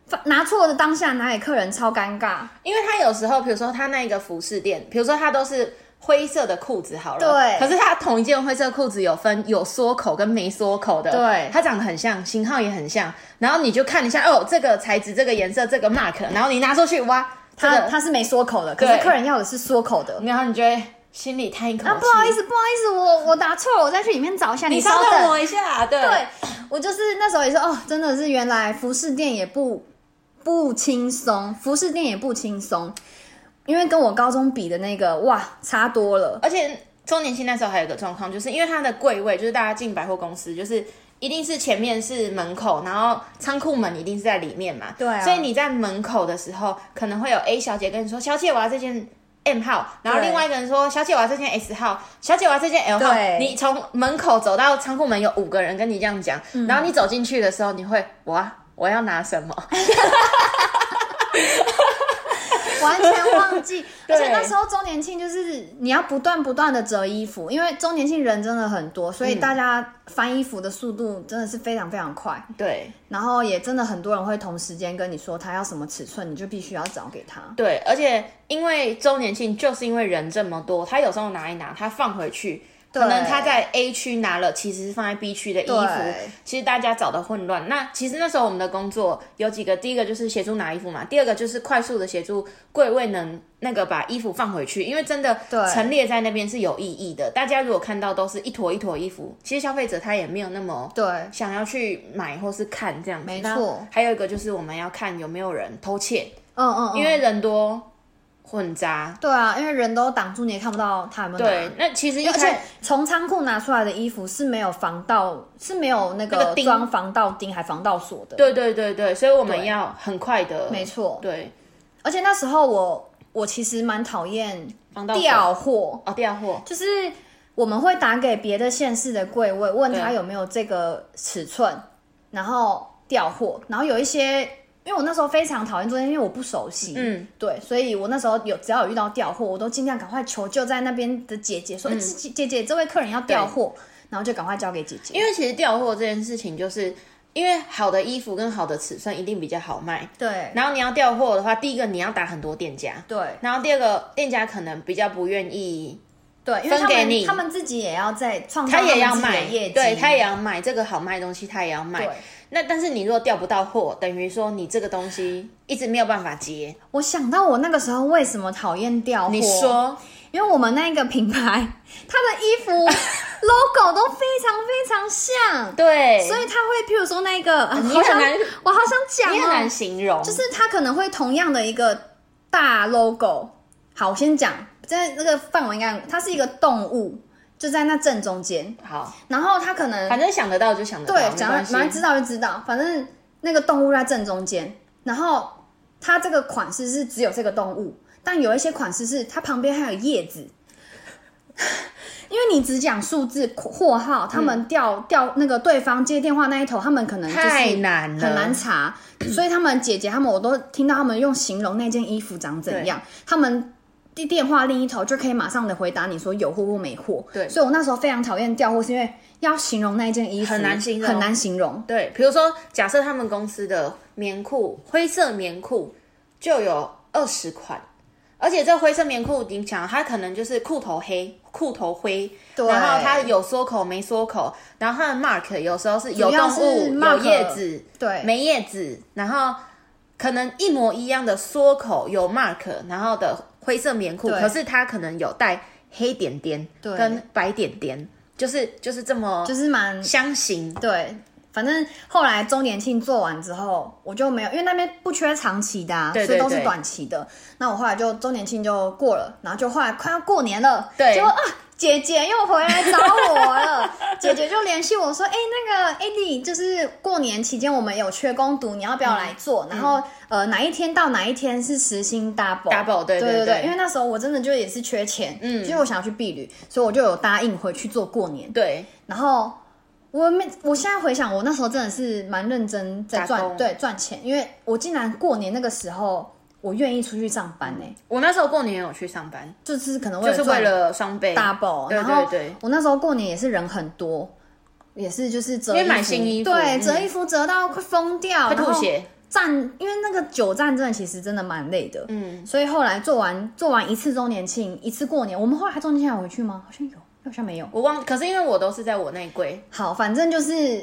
S2: 翻拿错的当下拿给客人超尴尬。
S1: 因为他有时候，比如说他那个服饰店，比如说他都是灰色的裤子好了，
S2: 对
S1: 可是他同一件灰色裤子有分有缩口跟没缩口的，
S2: 对
S1: 它长得很像，型号也很像，然后你就看一下，哦，这个材质、这个颜色、这个 mark，然后你拿出去，哇，这
S2: 他
S1: 个，
S2: 他是没缩口的，可
S1: 对嗯
S2: 是客人要的是缩口的。
S1: 然后你就会心里叹一口气，
S2: 啊，不好意，思，不好意思，我我答错了，我再去里面找一下，
S1: 你
S2: 稍
S1: 稍等我
S2: 等。
S1: 一下，对，
S2: 对，我就是那时候也是哦，真的是原来服饰店也不不轻松，服饰店也不轻松，因为跟我高中比的那个哇差多了。
S1: 而且周年庆那时候还有一个状况，就是因为它的柜位，就是大家进百货公司，就是一定是前面是门口，然后仓库门一定是在里面嘛。
S2: 对啊
S1: 所以你在门口的时候，可能会有 A 小姐跟你说：“小姐，我要这件。” M 号，然后
S2: 对
S1: 另外一个人说：“小姐，我要这件 S 号，小姐，我要这件 L 号。”
S2: 对
S1: 你从门口走到仓库门，有五个人跟你这样讲，
S2: 嗯
S1: 然后你走进去的时候，你会哇，我要拿什么？
S2: 完全忘 记。
S1: 对
S2: 而且那时候周年庆就是你要不断不断的折衣服，因为周年庆人真的很多，所以大家翻衣服的速度真的是非常非常快。
S1: 对，
S2: 然后也真的很多人会同时间跟你说他要什么尺寸，你就必须要找给他。
S1: 对，而且因为周年庆，就是因为人这么多，他有时候拿一拿，他放回去，可能他在 A 区拿了，其实是放在 B 区的衣服
S2: 对，
S1: 其实大家找的混乱。那其实那时候我们的工作有几个，第一个就是协助拿衣服嘛，第二个就是快速的协助柜位能那个把衣服放回去，因为真的
S2: 对
S1: 陈列在那边是有意义的。大家如果看到都是一坨一坨衣服，其实消费者他也没有那么
S2: 对
S1: 想要去买或是看这样子。
S2: 没
S1: 那
S2: 错
S1: 还有一个就是我们要看有没有人偷窃。
S2: 嗯嗯，嗯
S1: 因为人多混杂。
S2: 对啊，因为人都挡住，你也看不到他有没有拿
S1: 对，，那其实一
S2: 而
S1: 开
S2: 且从仓库拿出来的衣服是没有防盗，是没有那
S1: 那个
S2: 个
S1: 钉
S2: 装防盗钉还防盗锁的。，
S1: 对对对对，所以我们要很快的，
S2: 没错。
S1: 对，
S2: 而且那时候我我其实蛮讨厌
S1: 防盗锁
S2: 调货，
S1: 哦，调货，
S2: 就是我们会打给别的县市的柜位，问他有没有这个尺寸，然后调货，然后有一些，因为我那时候非常讨厌做，因为我不熟悉，
S1: 嗯，
S2: 对，所以我那时候有只要有遇到调货，我都尽量赶快求救在那边
S1: 嗯
S2: 的姐姐说，哎、姐姐姐，这位客人要调货，然后就赶快交给姐姐，
S1: 因为其实调货这件事情，就是因为好的衣服跟好的尺寸一定比较好卖。
S2: 对
S1: 然后你要调货的话，第一个你要打很多店家，
S2: 对
S1: 然后第二个店家可能比较不愿意，
S2: 对，因为他
S1: 分给你
S2: 们他们自己也要在创造
S1: 他也要
S2: 们自己的
S1: 卖，
S2: 业绩，
S1: 对他也要卖这个好卖的东西，他也要卖
S2: 对。
S1: 那但是你如果调不到货，等于说你这个东西一直没有办法 接。
S2: 我想到我那个时候为什么讨厌调货，
S1: 你说
S2: 因为我们那个品牌，它的衣 服 logo 都非常非常像，
S1: 对，
S2: 所以它会，譬如说那个，啊
S1: 你
S2: 好想
S1: 很难，
S2: 我好想讲
S1: 你很难
S2: 哦，
S1: 形容，
S2: 就是它可能会同样的一个大 logo。好，我先讲，在那个范围应该，它是一个动物，就在那正中间，
S1: 好，
S2: 然后它可能
S1: 反正想得到就想得到，
S2: 对，
S1: 没
S2: 讲
S1: 关
S2: 反正
S1: 系。
S2: 知道就知道，反正那个动物在正中间，然后它这个款式是只有这个动物，但有一些款式是它旁边还有叶子。 因为你只讲数字货号，他
S1: 嗯
S2: 们调调、那个对方接电话那一头，他们可能就是
S1: 太难了
S2: 很难查，所以他们姐姐他们我都听到他们用形容那件衣服长怎样，他们电电话另一头就可以马上的回答你说有货或没货。
S1: 对
S2: 所以我那时候非常讨厌调货，是因为要形容那一件衣服
S1: 很难形容
S2: 很难形容。
S1: 对，比如说，假设他们公司的棉裤，灰色棉裤就有二十款，而且这灰色棉裤，你想，它可能就是裤头黑、裤头灰，
S2: 对
S1: 然后它有缩口没缩口，然后它的 mark 有时候是有
S2: 主要
S1: 动
S2: 是
S1: 物、有
S2: mark，
S1: 叶子、
S2: 对
S1: 没叶子，然后可能一模一样的缩口有 mark，然后的灰色棉裤，
S2: 对
S1: 可是它可能有带黑点点
S2: 对
S1: 跟白点点，就是就是这么
S2: 就是蛮
S1: 相形。
S2: 对。反正后来周年庆做完之后，我就没有，因为那边不缺长期的、啊，
S1: 对对
S2: 所以都
S1: 对
S2: 是短期的。那我后来就周年庆就过了，然后就后来快要过年了，
S1: 对
S2: 结果啊，姐姐又回来找我了，姐姐就联系我说，哎、那个 Eddie，就是过年期间我们有缺工读，你要不
S1: 嗯
S2: 要来做？然后呃，哪一天到哪一天是时薪 double
S1: double，对
S2: 对
S1: 对
S2: 对，因为那时候我真的就也是缺钱，嗯，就是我想要去避旅，所以我就有答应回去做过年。
S1: 对，
S2: 然后我没，我现在回想，我那时候真的是蛮认真在
S1: 打
S2: 赚，
S1: 工
S2: 对赚钱，因为我竟然过年那个时候，我愿意出去上班呢、欸
S1: 我那时候过年也有去上班，
S2: 就是可能为
S1: 嗯就
S2: 了
S1: 是为
S2: 赚
S1: 了双倍
S2: double，
S1: 对
S2: 然后
S1: 对对，
S2: 我那时候过年也是人很多，也是就是折
S1: 因
S2: 衣
S1: 为
S2: 服，
S1: 买新衣服
S2: 对，
S1: 嗯
S2: 折衣服折到快疯掉，
S1: 快
S2: 然
S1: 吐
S2: 后
S1: 血，
S2: 站，因为那个久站真的其实真的蛮累的，
S1: 嗯，
S2: 所以后来做完做完一次周年庆，一次过年，我们后来还中间还有回去吗？好像有，好像没有。
S1: 我忘，可是因为我都是在我那一柜，
S2: 好，反正就是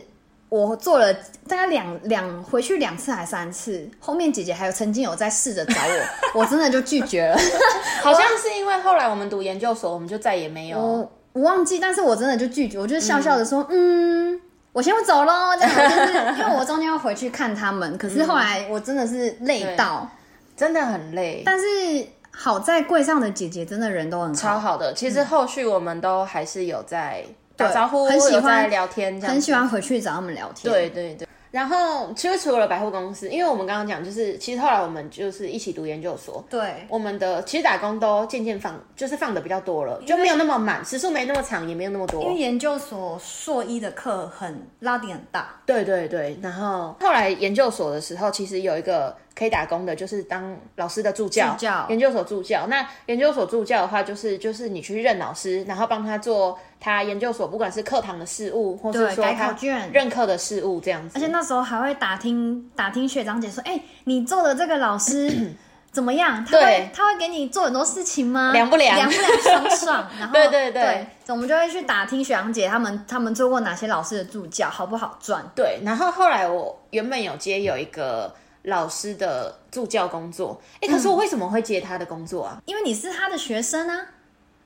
S2: 我做了大概两两回去两次还三次，后面姐姐还有曾经有在试着找 我，我真的就拒绝了。
S1: 好像是因为后来我们读研究所，我们就再也没有。
S2: 我我忘记，但是我真的就拒绝，我就笑笑的说，嗯。我先走喽，这 样就是因为我中间要回去看他们，可是后来我真的是累到，
S1: 真的很累，
S2: 但是好在柜上的姐姐真的人都很
S1: 超
S2: 好，
S1: 好的。其实后续我们都还是有在打
S2: 对
S1: 招呼，
S2: 嗯很喜
S1: 有在
S2: 欢
S1: 聊天，这样
S2: 很
S1: 子
S2: 喜欢回去找他们聊天。
S1: 对对对。然后其实除了百货公司，因为我们刚刚讲，就是其实后来我们就是一起读研究所，
S2: 对，
S1: 我们的其实打工都渐渐放，就是放的比较多了，就没有那么满，时数没那么长，也没有那么多。
S2: 研究所硕一的课很拉点很大，
S1: 对对对，然后后来研究所的时候，其实有一个可以打工的，就是当老师的助教，
S2: 助教
S1: 研究所助教。那研究所助教的话，就是就是你去认老师，然后帮他做他研究所不管是课堂的事务，或是
S2: 对
S1: 说
S2: 改
S1: 他
S2: 考卷
S1: 任课的事务这样子。
S2: 而且那时候还会打听打听学长姐说，哎、你做的这个老 师怎么样？他
S1: 对
S2: 会他会给你做很多事情吗？
S1: 凉不凉
S2: 凉不凉？爽不 爽？然后
S1: 对对对
S2: 对，我们就会去打听学长姐他们他们做过哪些老师的助教，好不好赚？
S1: 对，然后后来我原本有接有一个老师的助教工作，哎，可是
S2: 嗯
S1: 我为什么会接他的工作啊？
S2: 因为你是他的学生啊，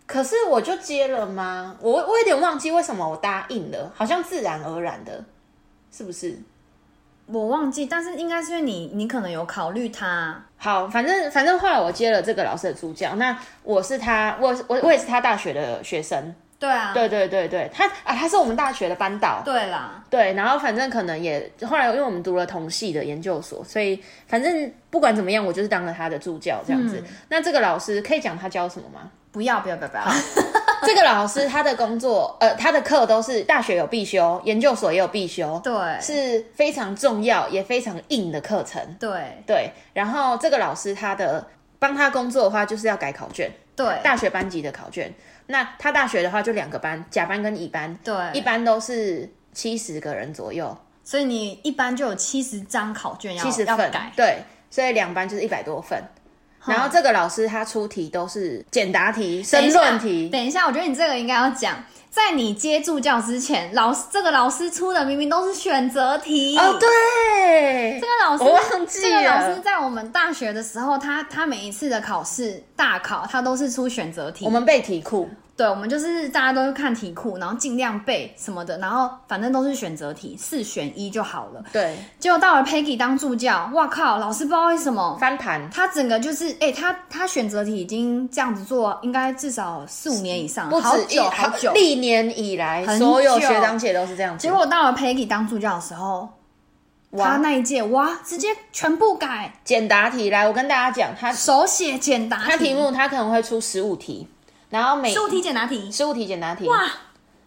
S1: 可是我就接了吗？我我有点忘记为什么我答应了，好像自然而然的，是不是？
S2: 我忘记，但是应该是因为你你可能有考虑他，
S1: 好，反正反正后来我接了这个老师的助教，那我是他，我我我也是他大学的学生，
S2: 对啊，
S1: 对对对对，他啊他是我们大学的班导，
S2: 对啦，
S1: 对，然后反正可能也后来，因为我们读了同系的研究所，所以反正不管怎么样，我就是当了他的助教这样子。那这个老师可以讲他教什么吗？
S2: 不要不要不要不要，
S1: 这个老师他的工作，呃，他的课都是大学有必修，研究所也有必修，
S2: 对
S1: 是非常重要也非常硬的课程。
S2: 对
S1: 对，然后这个老师他的帮他工作的话，就是要改考卷，
S2: 对
S1: 大学班级的考卷。那他大学的话就两个班，甲班跟乙班，一
S2: 对，
S1: 般都是七十个人左右。
S2: 所以你一般就有七十张考卷要
S1: 七十
S2: 哦要
S1: 份
S2: 改，，
S1: 对，所以两班就是一百多份。然后这个老师他出题都是简答题、申论题，
S2: 等一下，我觉得你这个应该要讲，在你接助教之前，老师这个老师出的明明都是选择题
S1: 哦，。
S2: 这，
S1: 对
S2: 个老师
S1: 我忘记
S2: 这个老
S1: 了
S2: 师在我们大学的时候，他他每一次的考试大考，他都是出选择题。
S1: 我们背题库，
S2: 对，我们就是大家都看题库，然后尽量背什么的，然后反正都是选择题，四选一就好了。
S1: 对，
S2: 结果到了 Peggy 当助教，哇靠，老师不知道为什么。
S1: 翻盘，
S2: 他整个就是，哎、他他选择题已经这样子做，应该至少四五年以上，
S1: 不
S2: 好
S1: 止一
S2: 久好久，
S1: 历年以来
S2: 很
S1: 所有
S2: 久
S1: 学长姐都是这样子
S2: 结。果到了 Peggy 当助教的时候，他
S1: 哇，
S2: 那一届哇，直接全部改
S1: 简答题来，我跟大家讲，他
S2: 手写简答
S1: 他题目他可能会出十五题，然后每
S2: 十五题简答题，
S1: 十五题简答题，
S2: 哇，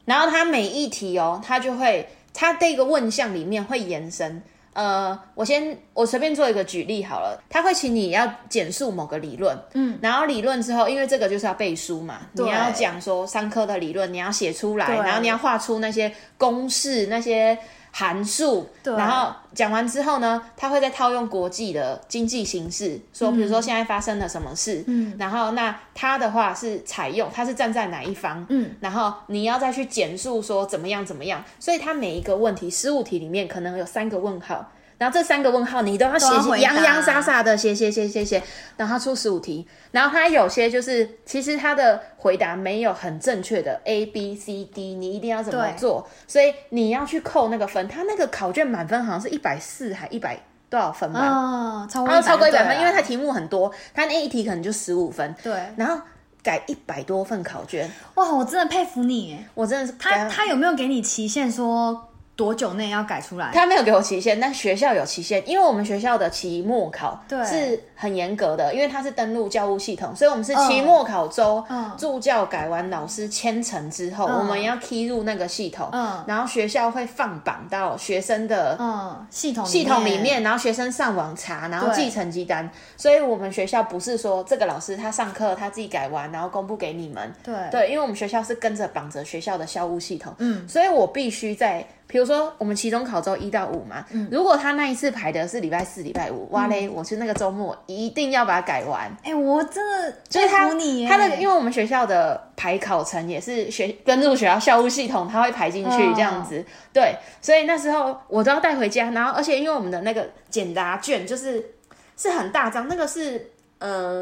S1: 然后他每一题哦，他就会他这个问项里面会延伸。呃，我先我随便做一个举例好了，他会请你要简述某个理论，嗯，然后理论之后，因为这个就是要背书嘛，
S2: 对
S1: 你要讲说三科的理论，你要写出来，
S2: 对
S1: 然后你要画出那些公式、那些函数，
S2: 对
S1: 然后讲完之后呢，他会再套用国际的经济形势，说比如说现在发生了什么事，嗯，然后那他的话是采用，他是站在哪一方，
S2: 嗯，
S1: 然后你要再去简述说怎么样怎么样，所以他每一个问题十五题里面可能有三个问号，然后这三个问号你都要写
S2: 都要
S1: 写
S2: 回答
S1: 洋洋洒洒的写写写写写，然后他出十五题，然后他有些就是其实他的回答没有很正确的 A B C D，你一定要怎么
S2: 对
S1: 做，所以你要去扣那个分，他那个考卷满分好像是一百四还一百多少分吧，
S2: 哦，超过
S1: 啊然后超过一百分，因为
S2: 他
S1: 他题目很多，他那一题可能就十五分，
S2: 对
S1: 然后改一百多份考卷，
S2: 哇，我真的佩服你耶！
S1: 我真的是
S2: 他
S1: 改
S2: 他有没有给你期限说多久内要改出来？
S1: 他没有给我期限，但学校有期限，因为我们学校的期末考
S2: 对
S1: 是很严格的，因为它是登录教务系统，所以我们是
S2: 嗯
S1: 期末考周，
S2: 嗯
S1: 助教改完老师签呈之后，我们要 key 入那个系统，
S2: 嗯
S1: 然后学校会放榜到学生的
S2: 嗯，系统
S1: 系统里面，然后学生上网查，然后
S2: 对
S1: 记成绩单。所以我们学校不是说这个老师他上课他自己改完，然后公布给你们。
S2: 对
S1: 对，因为我们学校是跟着绑着学校的校务系统，
S2: 嗯，
S1: 所以我必须在，比如说我们期中考周一到五嘛，嗯，如果他那一次排的是礼拜四、礼拜五，哇嘞，我去那个周末一定要把它改完。
S2: 哎、我真的
S1: 所以
S2: 佩
S1: 他
S2: 服你耶！
S1: 他的，因
S2: 为
S1: 为我们学校的排考程也是学跟入学校校务系统，他会排进去
S2: 嗯
S1: 这样子。对，所以那时候我都要带回家，然后而且因为我们的那个简答卷就是是很大张，那个是呃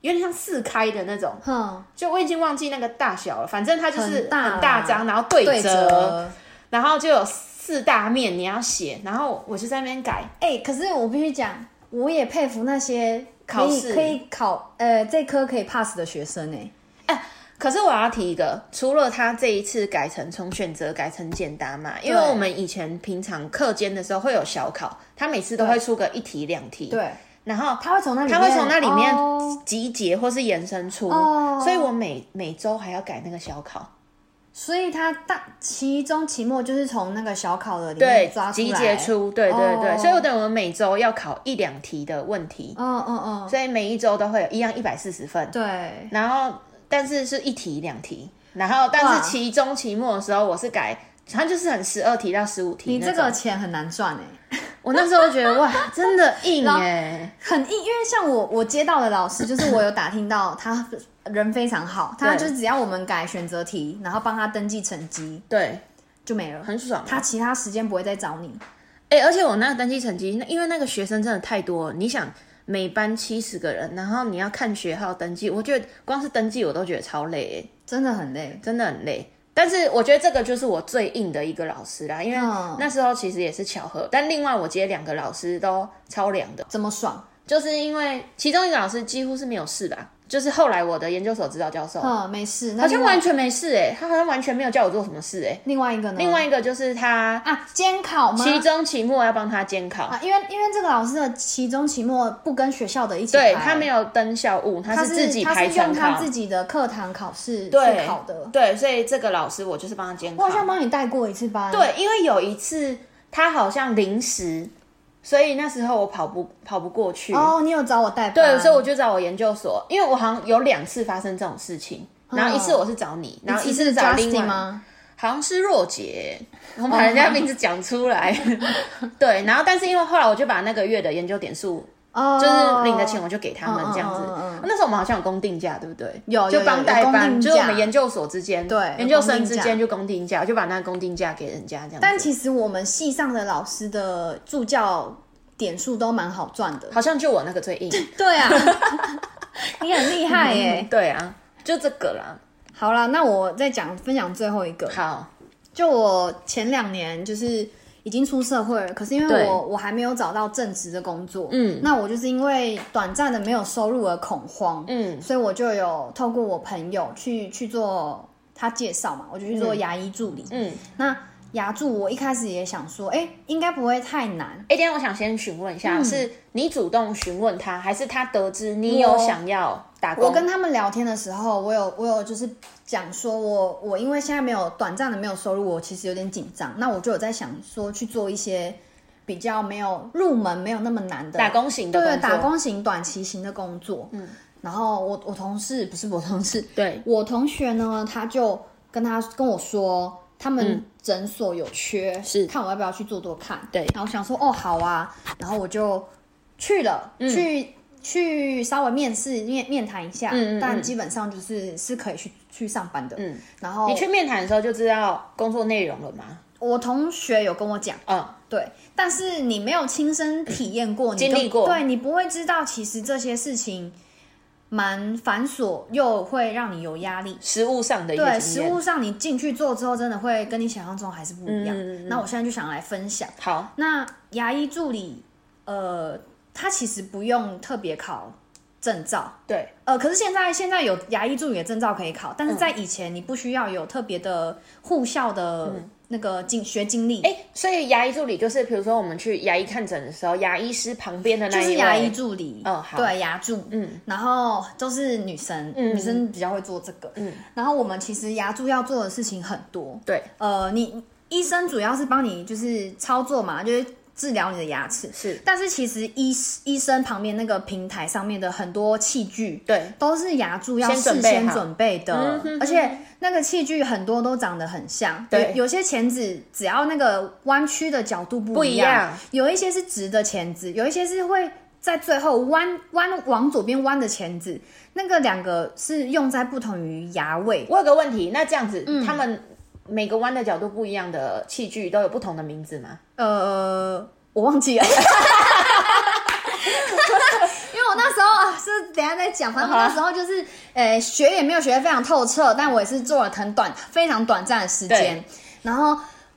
S1: 有点像四开的那种，
S2: 哼，
S1: 就我已经忘记那个大小了，反正它就是
S2: 很大
S1: 很大张，然后对
S2: 对
S1: 折，
S2: 折。
S1: 然后就有四大面你要写，然后我就在那边改。
S2: 哎、可是我必须讲，我也佩服那些
S1: 考
S2: 可以
S1: 试
S2: 可以考呃这科可以 pass 的学生哎、
S1: 可是我要提一个，除了他这一次改成从选择改成简答嘛，因为
S2: 对
S1: 我们以前平常课间的时候会有小考，他每次都会出个一题两题，，
S2: 对，
S1: 然后
S2: 他会从那里
S1: 他会从那里面
S2: 哦
S1: 集结或是延伸出，
S2: 哦
S1: 所以我每每周还要改那个小考，
S2: 所以他大期中期末就是从那个小考的里
S1: 对
S2: 面抓，出来，
S1: 集结出，对对对，
S2: 哦
S1: 所以我等于我每周要考一两题的问题，
S2: 嗯嗯嗯，
S1: 所以每一周都会有一样一百四十分，
S2: 对，
S1: 然后但是是一题两题，然后但
S2: 哇
S1: 是期中期末的时候我是改，它就是很十二题到十五题
S2: 你
S1: 那
S2: 这
S1: 种。
S2: 个钱很难赚哎、
S1: 我那时候觉得哇， 真的硬哎、
S2: 很硬，因为像我我接到的老师，就是我有打听到他人非常好，他
S1: 对
S2: 就是只要我们改选择题，然后帮他登记成绩
S1: 对，
S2: 就没了，
S1: 很爽。
S2: 他其他时间不会再找你。
S1: 哎、而且我那个登记成绩，那因为那个学生真的太多了，你想每班七十个人，然后你要看学号登记，我觉得光是登记我都觉得超累、欸，
S2: 真的很累，
S1: 真的很累。但是我觉得这个就是我最硬的一个老师啦，因为
S2: 嗯
S1: 那时候其实也是巧合，但另外我接两个老师都超凉的，
S2: 怎么爽？
S1: 就是因为其中一个老师几乎是没有事吧，就是后来我的研究所指导教授好
S2: 嗯，没事。那
S1: 像
S2: 另外
S1: 完全没事哎、他好像完全没有叫我做什么事哎、
S2: 另外一个呢？
S1: 另外一个就是他
S2: 啊，监考吗？
S1: 期中、期末要帮他监考，
S2: 啊，因为因为这个老师的期中、期末不跟学校的一起
S1: 对
S2: 排
S1: 他没有登校务，他
S2: 他
S1: 是自己排
S2: 他是用
S1: 成
S2: 他
S1: 考
S2: 自。己的课堂考试
S1: 对
S2: 去考的。
S1: 对，所以这个老师我就是帮他监
S2: 我
S1: 考
S2: 好。像帮你带过一次班，，
S1: 对，因为有一次他好像临时，所以那时候我跑不跑不过去。
S2: 哦，你有找我带班，
S1: 对，所以我就找我研究所，因为我好像有两次发生这种事情，然后一次我是找你，然后一
S2: 嗯一
S1: 次
S2: 次
S1: 找另
S2: Justin
S1: 外，
S2: 吗？
S1: 好像是若姐，我
S2: 哦
S1: 把人家名字讲 出来。对，然后但是因为后来我就把那个月的研究点数
S2: 哦，
S1: 就是领的钱我就给他们
S2: 嗯嗯
S1: 这样子。
S2: 嗯嗯嗯
S1: 那时候我们好像有公定价，对不对？
S2: 有有
S1: 就帮代
S2: 有有公
S1: 班，
S2: 定价
S1: 就是我们研究所之间，
S2: 对
S1: 研究生之间就公定价，我就把那个公定价给人家这样子。
S2: 但其实我们系上的老师的助教点数都蛮好赚的。
S1: 好像就我那个最 硬，
S2: 对 啊，你很厉害耶、
S1: 嗯对啊，就这个啦。
S2: 好啦，那我再讲分享最后一个，
S1: 好，
S2: 就我前两年就是已经出社会了，可是因
S1: 对
S2: 为我我还没有找到正职的工作，
S1: 嗯
S2: 那我就是因为短暂的没有收入而恐慌，
S1: 嗯
S2: 所以我就有透过我朋友去去做他介绍嘛，我就去做牙医助理，
S1: 嗯，
S2: 那。牙助，我一开始也想说，哎、应该不会太难，
S1: 哎，等一下我想先询问一
S2: 嗯
S1: 下，是你主动询问他，还是他得知你有
S2: 我
S1: 想要打工？
S2: 我跟他们聊天的时候，我有我有就是讲说我我因为现在没有短暂的没有收入，我其实有点紧张。那我就有在想说去做一些比较没有入门没有那么难的
S1: 打工型的
S2: 对
S1: 工作
S2: 打工型短期型的工作。嗯，然后我我同事不是我同事，
S1: 对，
S2: 我同学呢他就跟他跟我说。他们诊所有缺，
S1: 嗯是
S2: 看我要不要去做做看。
S1: 对
S2: 然后我想说，哦，好啊，然后我就去了，
S1: 嗯
S2: 去去稍微面试面面谈一下，
S1: 嗯嗯嗯
S2: 但基本上就是是可以去去上班的。
S1: 嗯，
S2: 然后
S1: 你去面谈的时候就知道工作内容了吗？
S2: 我同学有跟我讲，
S1: 嗯，
S2: 对，但是你没有亲身体验过，你
S1: 经历
S2: 根
S1: 过
S2: 对你不会知道，其实这些事情蛮繁琐，又会让你有压力。
S1: 实物上的一
S2: 对，
S1: 个
S2: 实
S1: 经验。
S2: 呃物上你进去做之后，真的会跟你想象中还是不一样。
S1: 嗯嗯嗯
S2: 那我现在就想来分享。
S1: 好，
S2: 那牙医助理，呃，他其实不用特别考证照。
S1: 对，嗯
S2: 呃，可是现在现在有牙医助理的证照可以考，但是在以前你不需要有特别的护校的
S1: 嗯
S2: 那个经、学经历，
S1: 哎、所以牙医助理就是，比如说我们去牙医看诊的时候，牙医师旁边的那
S2: 就
S1: 一
S2: 是
S1: 位
S2: 牙医助理，
S1: 哦好嗯
S2: 对牙助，嗯，然后都是女生，女生比较会做这个，嗯，然后我们其实牙助要做的事情很多，
S1: 对，
S2: 呃，你医生主要是帮你就是操作嘛，就是治疗你的牙齿，
S1: 是
S2: 但是其实医医生旁边那个平台上面的很多器具，
S1: 对，
S2: 都是牙柱要
S1: 先
S2: 事
S1: 准备
S2: 先
S1: 好嗯
S2: 准备的，而且那个器具很多都长得很像，
S1: 对
S2: 有有些钳子只要那个弯曲的角度不
S1: 不
S2: 一
S1: 一
S2: 样，
S1: 样
S2: 有一些是直的钳子，有一些是会。在最后弯弯往左边弯的钳子，那个两个是用在不同于牙位，
S1: 我有个问题，那这样子，他们每个弯的角度不一样的器具都有不同的名字吗？
S2: 呃，我忘记了。 因为我那时候啊，是等一下再讲。反正我那时候就是，呃，学也没有学得非常透彻，但我也是做了很短、非常短暂的时间
S1: 对。
S2: 然后，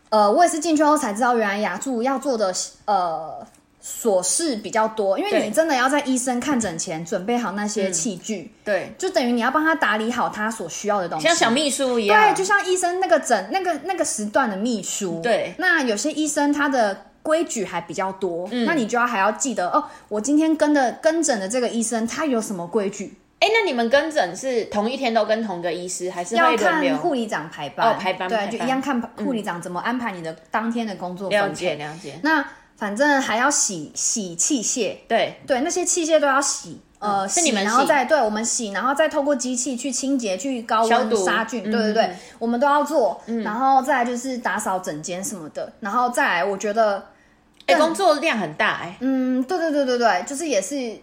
S2: 呃，我也是进去后才知道，原来牙柱要做的呃琐事比较多，因为
S1: 对嗯
S2: 你真的要在医生看诊前准备好那些器具，
S1: 对，
S2: 就等于你要帮他打理好他所需要的东西。
S1: 像小秘书一样，
S2: 哎对，就像医生那个诊那个那个时段的秘书，
S1: 对
S2: 那有些医生他的。规矩还比较多，
S1: 嗯
S2: 那你就要还要记得哦。我今天跟的跟诊的这个医生，他有什么规矩？
S1: 哎、那你们跟诊是同一天都跟同个医师，还是
S2: 要
S1: 会轮
S2: 看
S1: 流？
S2: 护理长排班，
S1: 哦排班
S2: 对，
S1: 排
S2: 就
S1: 班
S2: 一样看护理长怎么安排你的当天的工作
S1: 了
S2: 分
S1: 解
S2: 配。
S1: 了解，
S2: 那反正还要洗洗器械，
S1: 对，
S2: 对，那些器械都要洗，呃，
S1: 嗯是
S2: 洗
S1: 你们
S2: 然后
S1: 洗
S2: 再对我们洗，然后再透过机器去清洁、去高
S1: 消
S2: 温
S1: 毒
S2: 杀菌，对
S1: 嗯
S2: 对对，
S1: 嗯嗯
S2: 我们都要做。然后再来就是打扫整间什么的，然后再来，我觉得，
S1: 哎、工作量很大哎、
S2: 嗯，对对对对对，就是也是，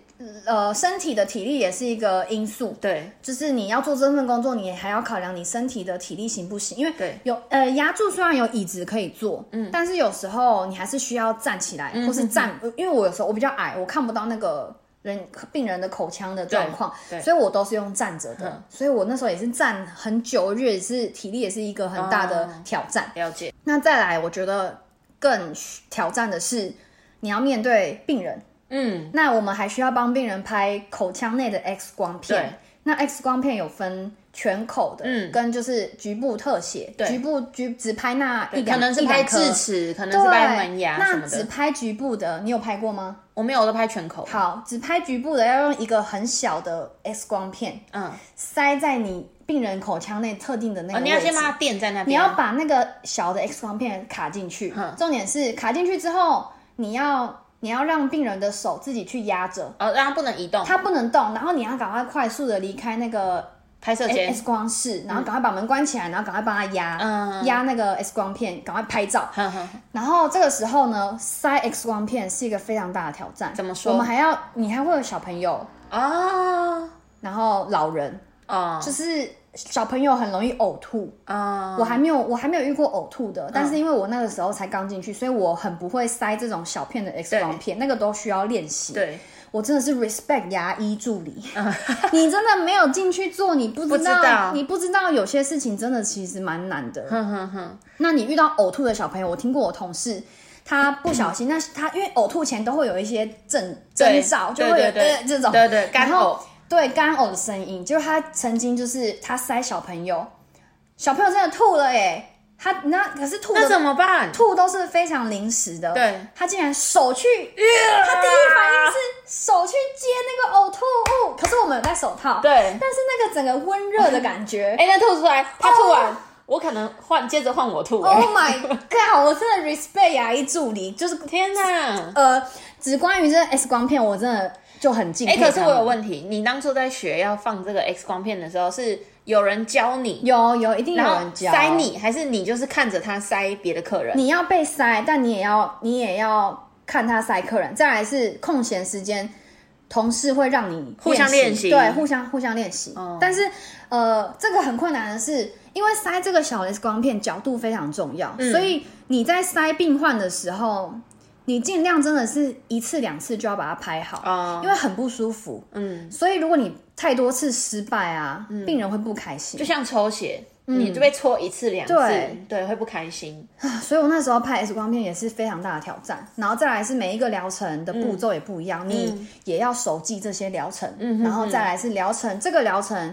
S2: 呃，身体的体力也是一个因素。
S1: 对，
S2: 就是你要做这份工作，你还要考量你身体的体力行不行，因为
S1: 对
S2: 有呃牙柱虽然有椅子可以坐，嗯，但是有时候你还是需要站起来，
S1: 嗯
S2: 或是站，因为我有时候我比较矮，我看不到那个人病人的口腔的状况，
S1: 对嗯对
S2: 所以我都是用站着的，所以我那时候也是站很久，我觉得也是体力也是一个很大的
S1: 哦
S2: 挑战。
S1: 了解，
S2: 那再来，我觉得更挑战的是你要面对病人，
S1: 嗯，
S2: 那我们还需要帮病人拍口腔内的 X 光片
S1: 对。
S2: 那 X 光片有分全口的，
S1: 嗯
S2: 跟就是局部特写，
S1: 对
S2: 局部局只拍那一两，
S1: 可能是
S2: 一两
S1: 拍
S2: 颗
S1: 智，齿，可能
S2: 对，
S1: 是拍门牙什
S2: 那
S1: 么
S2: 只
S1: 的。
S2: 拍局部的，你有拍过吗？
S1: 我没有，我都拍全口。
S2: 好，只拍局部的要用一个很小的 X 光片
S1: 嗯，
S2: 塞在你病人口腔内特定的那个
S1: 哦，
S2: 位置。
S1: 你要先把它垫在那边。
S2: 你要把那个小的 X 光片卡进去，
S1: 嗯
S2: 重点是卡进去之后，你要你要让病人的手自己去压着，
S1: 哦，让它不能移动。
S2: 它不能动，然后你要赶快快速的离开那个
S1: 拍摄
S2: X
S1: 间
S2: X 光室，然后赶快把门关起来，然后赶快帮他压、
S1: 嗯
S2: 压那个 X 光片，赶快拍照。
S1: 哼哼，
S2: 然后这个时候呢，塞 X 光片是一个非常大的挑战。
S1: 怎么说
S2: 我们还要，你还会有小朋友，
S1: 哦，
S2: 然后老人，
S1: 哦，
S2: 就是小朋友很容易呕吐，
S1: 哦，
S2: 我还没有，我还没有遇过呕吐的，但是因为我那个时候才刚进去，所以我很不会塞这种小片的 X
S1: 对
S2: 光片，那个都需要练习。，
S1: 对，
S2: 我真的是 respect 牙医助理， 你真的没有进去做，你不知道，
S1: 啊不知道
S2: 你不知道有些事情真的其实蛮难的。
S1: 哼哼哼，
S2: 那你遇到呕吐的小朋友，我听过我同事。他不小 心，那他因为呕吐前都会有一些症征
S1: 对
S2: 兆，就
S1: 对
S2: 会有
S1: 对对
S2: 呃这种
S1: 对对干
S2: 然后
S1: 呕
S2: 对干呕的声音。就是他曾经就是他塞小朋友，小朋友真的吐了耶，他那可是吐
S1: 那
S2: 的
S1: 怎么办？
S2: 吐都是非常临时的，
S1: 对，
S2: 他竟然手去，他第一反应是手去接那个呕吐物，可是我们有戴手套，
S1: 对
S2: 但是那个整个温热的感觉，
S1: 哎、那吐出来，他吐完，我可能换，接着换我吐、哎
S2: Oh my god！我真的 respect 牙医助理，就是
S1: 天哪！
S2: 呃，只关于这 X 光片，我真的就很敬
S1: 哎、
S2: 佩他们。
S1: 可是我有问题，你当初在学要放这个 X 光片的时候，是有人教你，
S2: 有有一定有
S1: 然
S2: 人
S1: 后
S2: 教
S1: 塞，你，还是你就是看着他塞别的客人？
S2: 你要被塞，但你也要你也要看他塞客人。再来是空闲时间，同事会让你
S1: 互相练习哦
S2: 对，互相互相练习。但是呃，这个很困难的是，因为塞这个小 X 光片角度非常重要，
S1: 嗯
S2: 所以你在塞病患的时候。你尽量真的是一次两次就要把它拍好，
S1: 哦
S2: 因为很不舒服。
S1: 嗯，
S2: 所以如果你太多次失败啊，病人会不开心
S1: 就。像抽血，你就被戳一次两次，
S2: 嗯对
S1: 对，会不开心。
S2: 所以我那时候拍 X 光片也是非常大的挑战，然后再来是每一个疗程的
S1: 嗯
S2: 步骤也不一样，你也要熟记这些疗程，
S1: 嗯
S2: 然后再来是疗程这个疗程，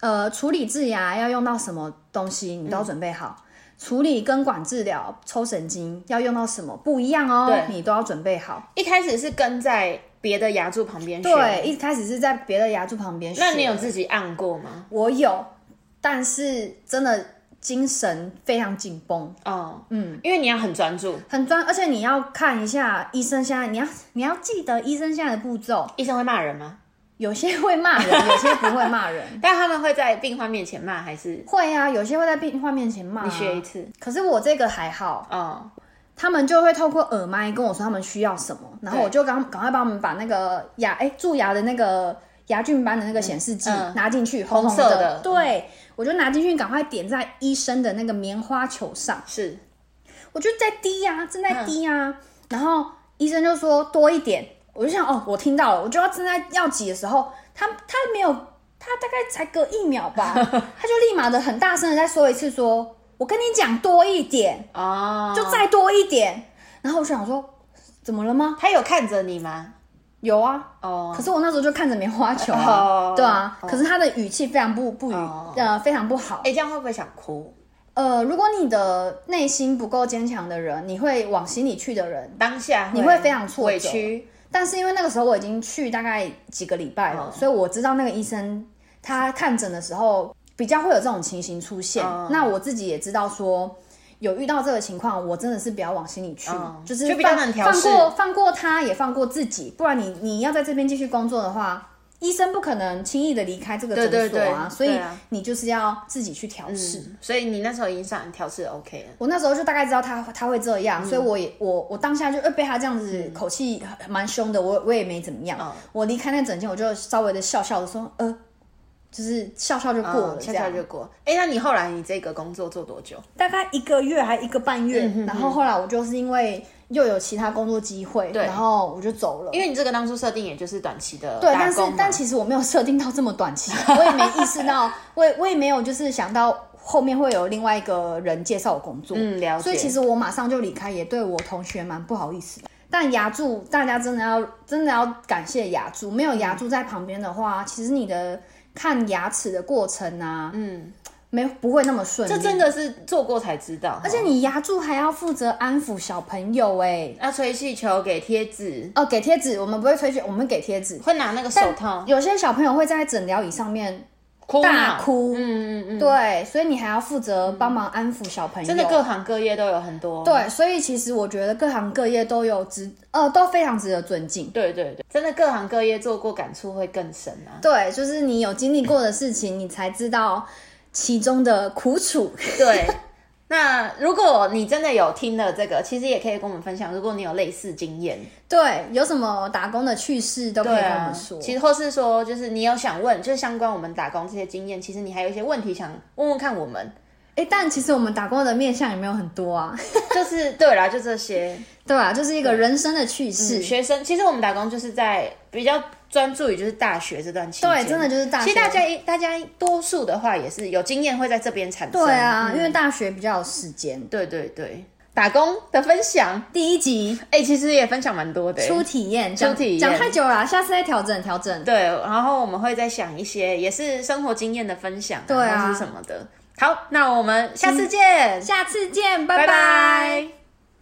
S2: 呃，处理治牙要用到什么东西，你都
S1: 嗯
S2: 要准备好。处理根管治疗、抽神经要用到什么不一样哦
S1: 对，
S2: 你都要准备好。
S1: 一开始是跟在别的牙柱旁边学，
S2: 对，一开始是在别的牙柱旁边学。
S1: 那你有自己按过吗？
S2: 我有，但是真的精神非常紧绷，
S1: 哦，嗯，因为你要很专注，
S2: 很专，而且你要看一下医生现在，你要你要记得医生现在的步骤，
S1: 医生会骂人吗？
S2: 有些会骂人，有些不会骂人。
S1: 但他们会在病患面前骂，还是
S2: 会啊，有些会在病患面前骂、啊
S1: 你学一。次？
S2: 可是我这个还好，
S1: 哦，
S2: 他们就会透过耳麦跟我说他们需要什么，然后
S1: 对
S2: 我就赶赶快帮我们把那个牙哎蛀牙的那个牙菌斑的那个显示器
S1: 嗯
S2: 拿进去，红红
S1: 色的
S2: 对我就拿进去，赶快点在医生的那个棉花球上，
S1: 是，
S2: 我就在滴呀、正
S1: 嗯
S2: 在滴呀、然后医生就说多一点，我就想哦，我听到了，我就要正在要挤的时候，他他没有，他大概才隔一秒 吧，他就立马的很大声的再说一次说我跟你讲多一点，
S1: 哦，
S2: 就再多一点，然后我就想说怎么了吗？
S1: 他有看着你吗？
S2: 有啊，
S1: 哦，
S2: 可是我那时候就看着棉花球啊，
S1: 哦
S2: 对啊，
S1: 哦
S2: 可是他的语气非常不不语、
S1: 哦
S2: 呃非常不好
S1: 哎、，这样会不会想哭？
S2: 呃，如果你的内心不够坚强的人，你会往心里去的人，
S1: 当下
S2: 你会非常挫折
S1: 委屈，
S2: 但是因为那个时候我已经去大概几个礼拜
S1: 嗯
S2: 了，所以我知道那个医生他看诊的时候比较会有这种情形出现。
S1: 嗯
S2: 那我自己也知道说。有遇到这个情况，我真的是不要往心里去，
S1: 嗯
S2: 就是
S1: 就比较
S2: 放
S1: 难调
S2: 放
S1: 试
S2: 过放过他，也放过自己，不然你你要在这边继续工作的话，医生不可能轻易的离开这个诊
S1: 对
S2: 所啊，
S1: 对对
S2: 所以
S1: 对啊
S2: 你就是要自己去调试。
S1: 嗯，所以你那时候已经上调试 OK 了。
S2: 我那时候就大概知道他他会这
S1: 嗯
S2: 样，所以我也我我当下就呃被他这样子口气蛮凶的，我我也没怎么样。
S1: 嗯
S2: 我离开那整间，我就稍微的笑笑的说，呃，就是笑笑就过了
S1: 嗯
S2: 这
S1: 恰
S2: 样。
S1: 恰就过。哎、那你后来你这个工作做多久？
S2: 大概一个月还一个半
S1: 嗯
S2: 月，然后后来我就是因为又有其他工作机会，然后我就走了。
S1: 因为你这个当初设定也就是短期的
S2: 对，
S1: 打
S2: 但是
S1: 工嘛
S2: 但其实我没有设定到这么短期，我也没意识到， 我也我也没有就是想到后面会有另外一个人介绍我工作，
S1: 嗯了解
S2: 所以其实我马上就离开，也对我同学蛮不好意思的。但牙柱，大家真的要真的要感谢牙柱，没有牙柱在旁边的话，其实你的看牙齿的过程啊，嗯，没不会那么顺利。
S1: 这嗯真的是做过才知道，
S2: 而且你牙柱还要负责安抚小朋友哎、
S1: 要吹气球给贴纸，
S2: 哦，给贴纸，我们不会吹雪，我们给贴纸。
S1: 会拿那个手套
S2: 有些小朋友会在诊疗椅上面
S1: 哭
S2: 大
S1: 闹
S2: 哭，
S1: 嗯嗯嗯，
S2: 对，所以你还要负责帮忙安抚小朋友。
S1: 真的各行各业都有很多。
S2: 对，所以其实我觉得各行各业都有值，呃，都非常值得尊敬。
S1: 对对对，真的各行各业做过，感触会更深 啊。
S2: 对，就是你有经历过的事情，你才知道其中的苦楚。
S1: 对， 那如果你真的有听了这个，其实也可以跟我们分享，如果你有类似经验，
S2: 对，有什么打工的趣事都可以
S1: 对
S2: 跟我
S1: 啊
S2: 们说。
S1: 其实或是说，就是你有想问，就是相关我们打工这些经验，其实你还有一些问题想问问看我们，
S2: 哎、但其实我们打工的面向也没有很多啊。
S1: 就是对啦，就这些。
S2: 对啊，就是一个人生的趣事。
S1: 嗯学生，其实我们打工就是在比较专注于就是大学这段期间，
S2: 对，真的就是大学。
S1: 其实大家一大家多数的话也是有经验会在这边产生。
S2: 对啊，
S1: 嗯
S2: 因为大学比较有时间。
S1: 对对对，打工的分享，
S2: 第一集
S1: 哎、其实也分享蛮多的、欸
S2: 初体验，讲
S1: 体验
S2: 讲太久了啊，下次再调整调整。
S1: 对，然后我们会再想一些也是生活经验的分享、
S2: 对啊
S1: 或是什么的。好，那我们下次见，
S2: 下次见，
S1: 拜
S2: 拜拜
S1: 拜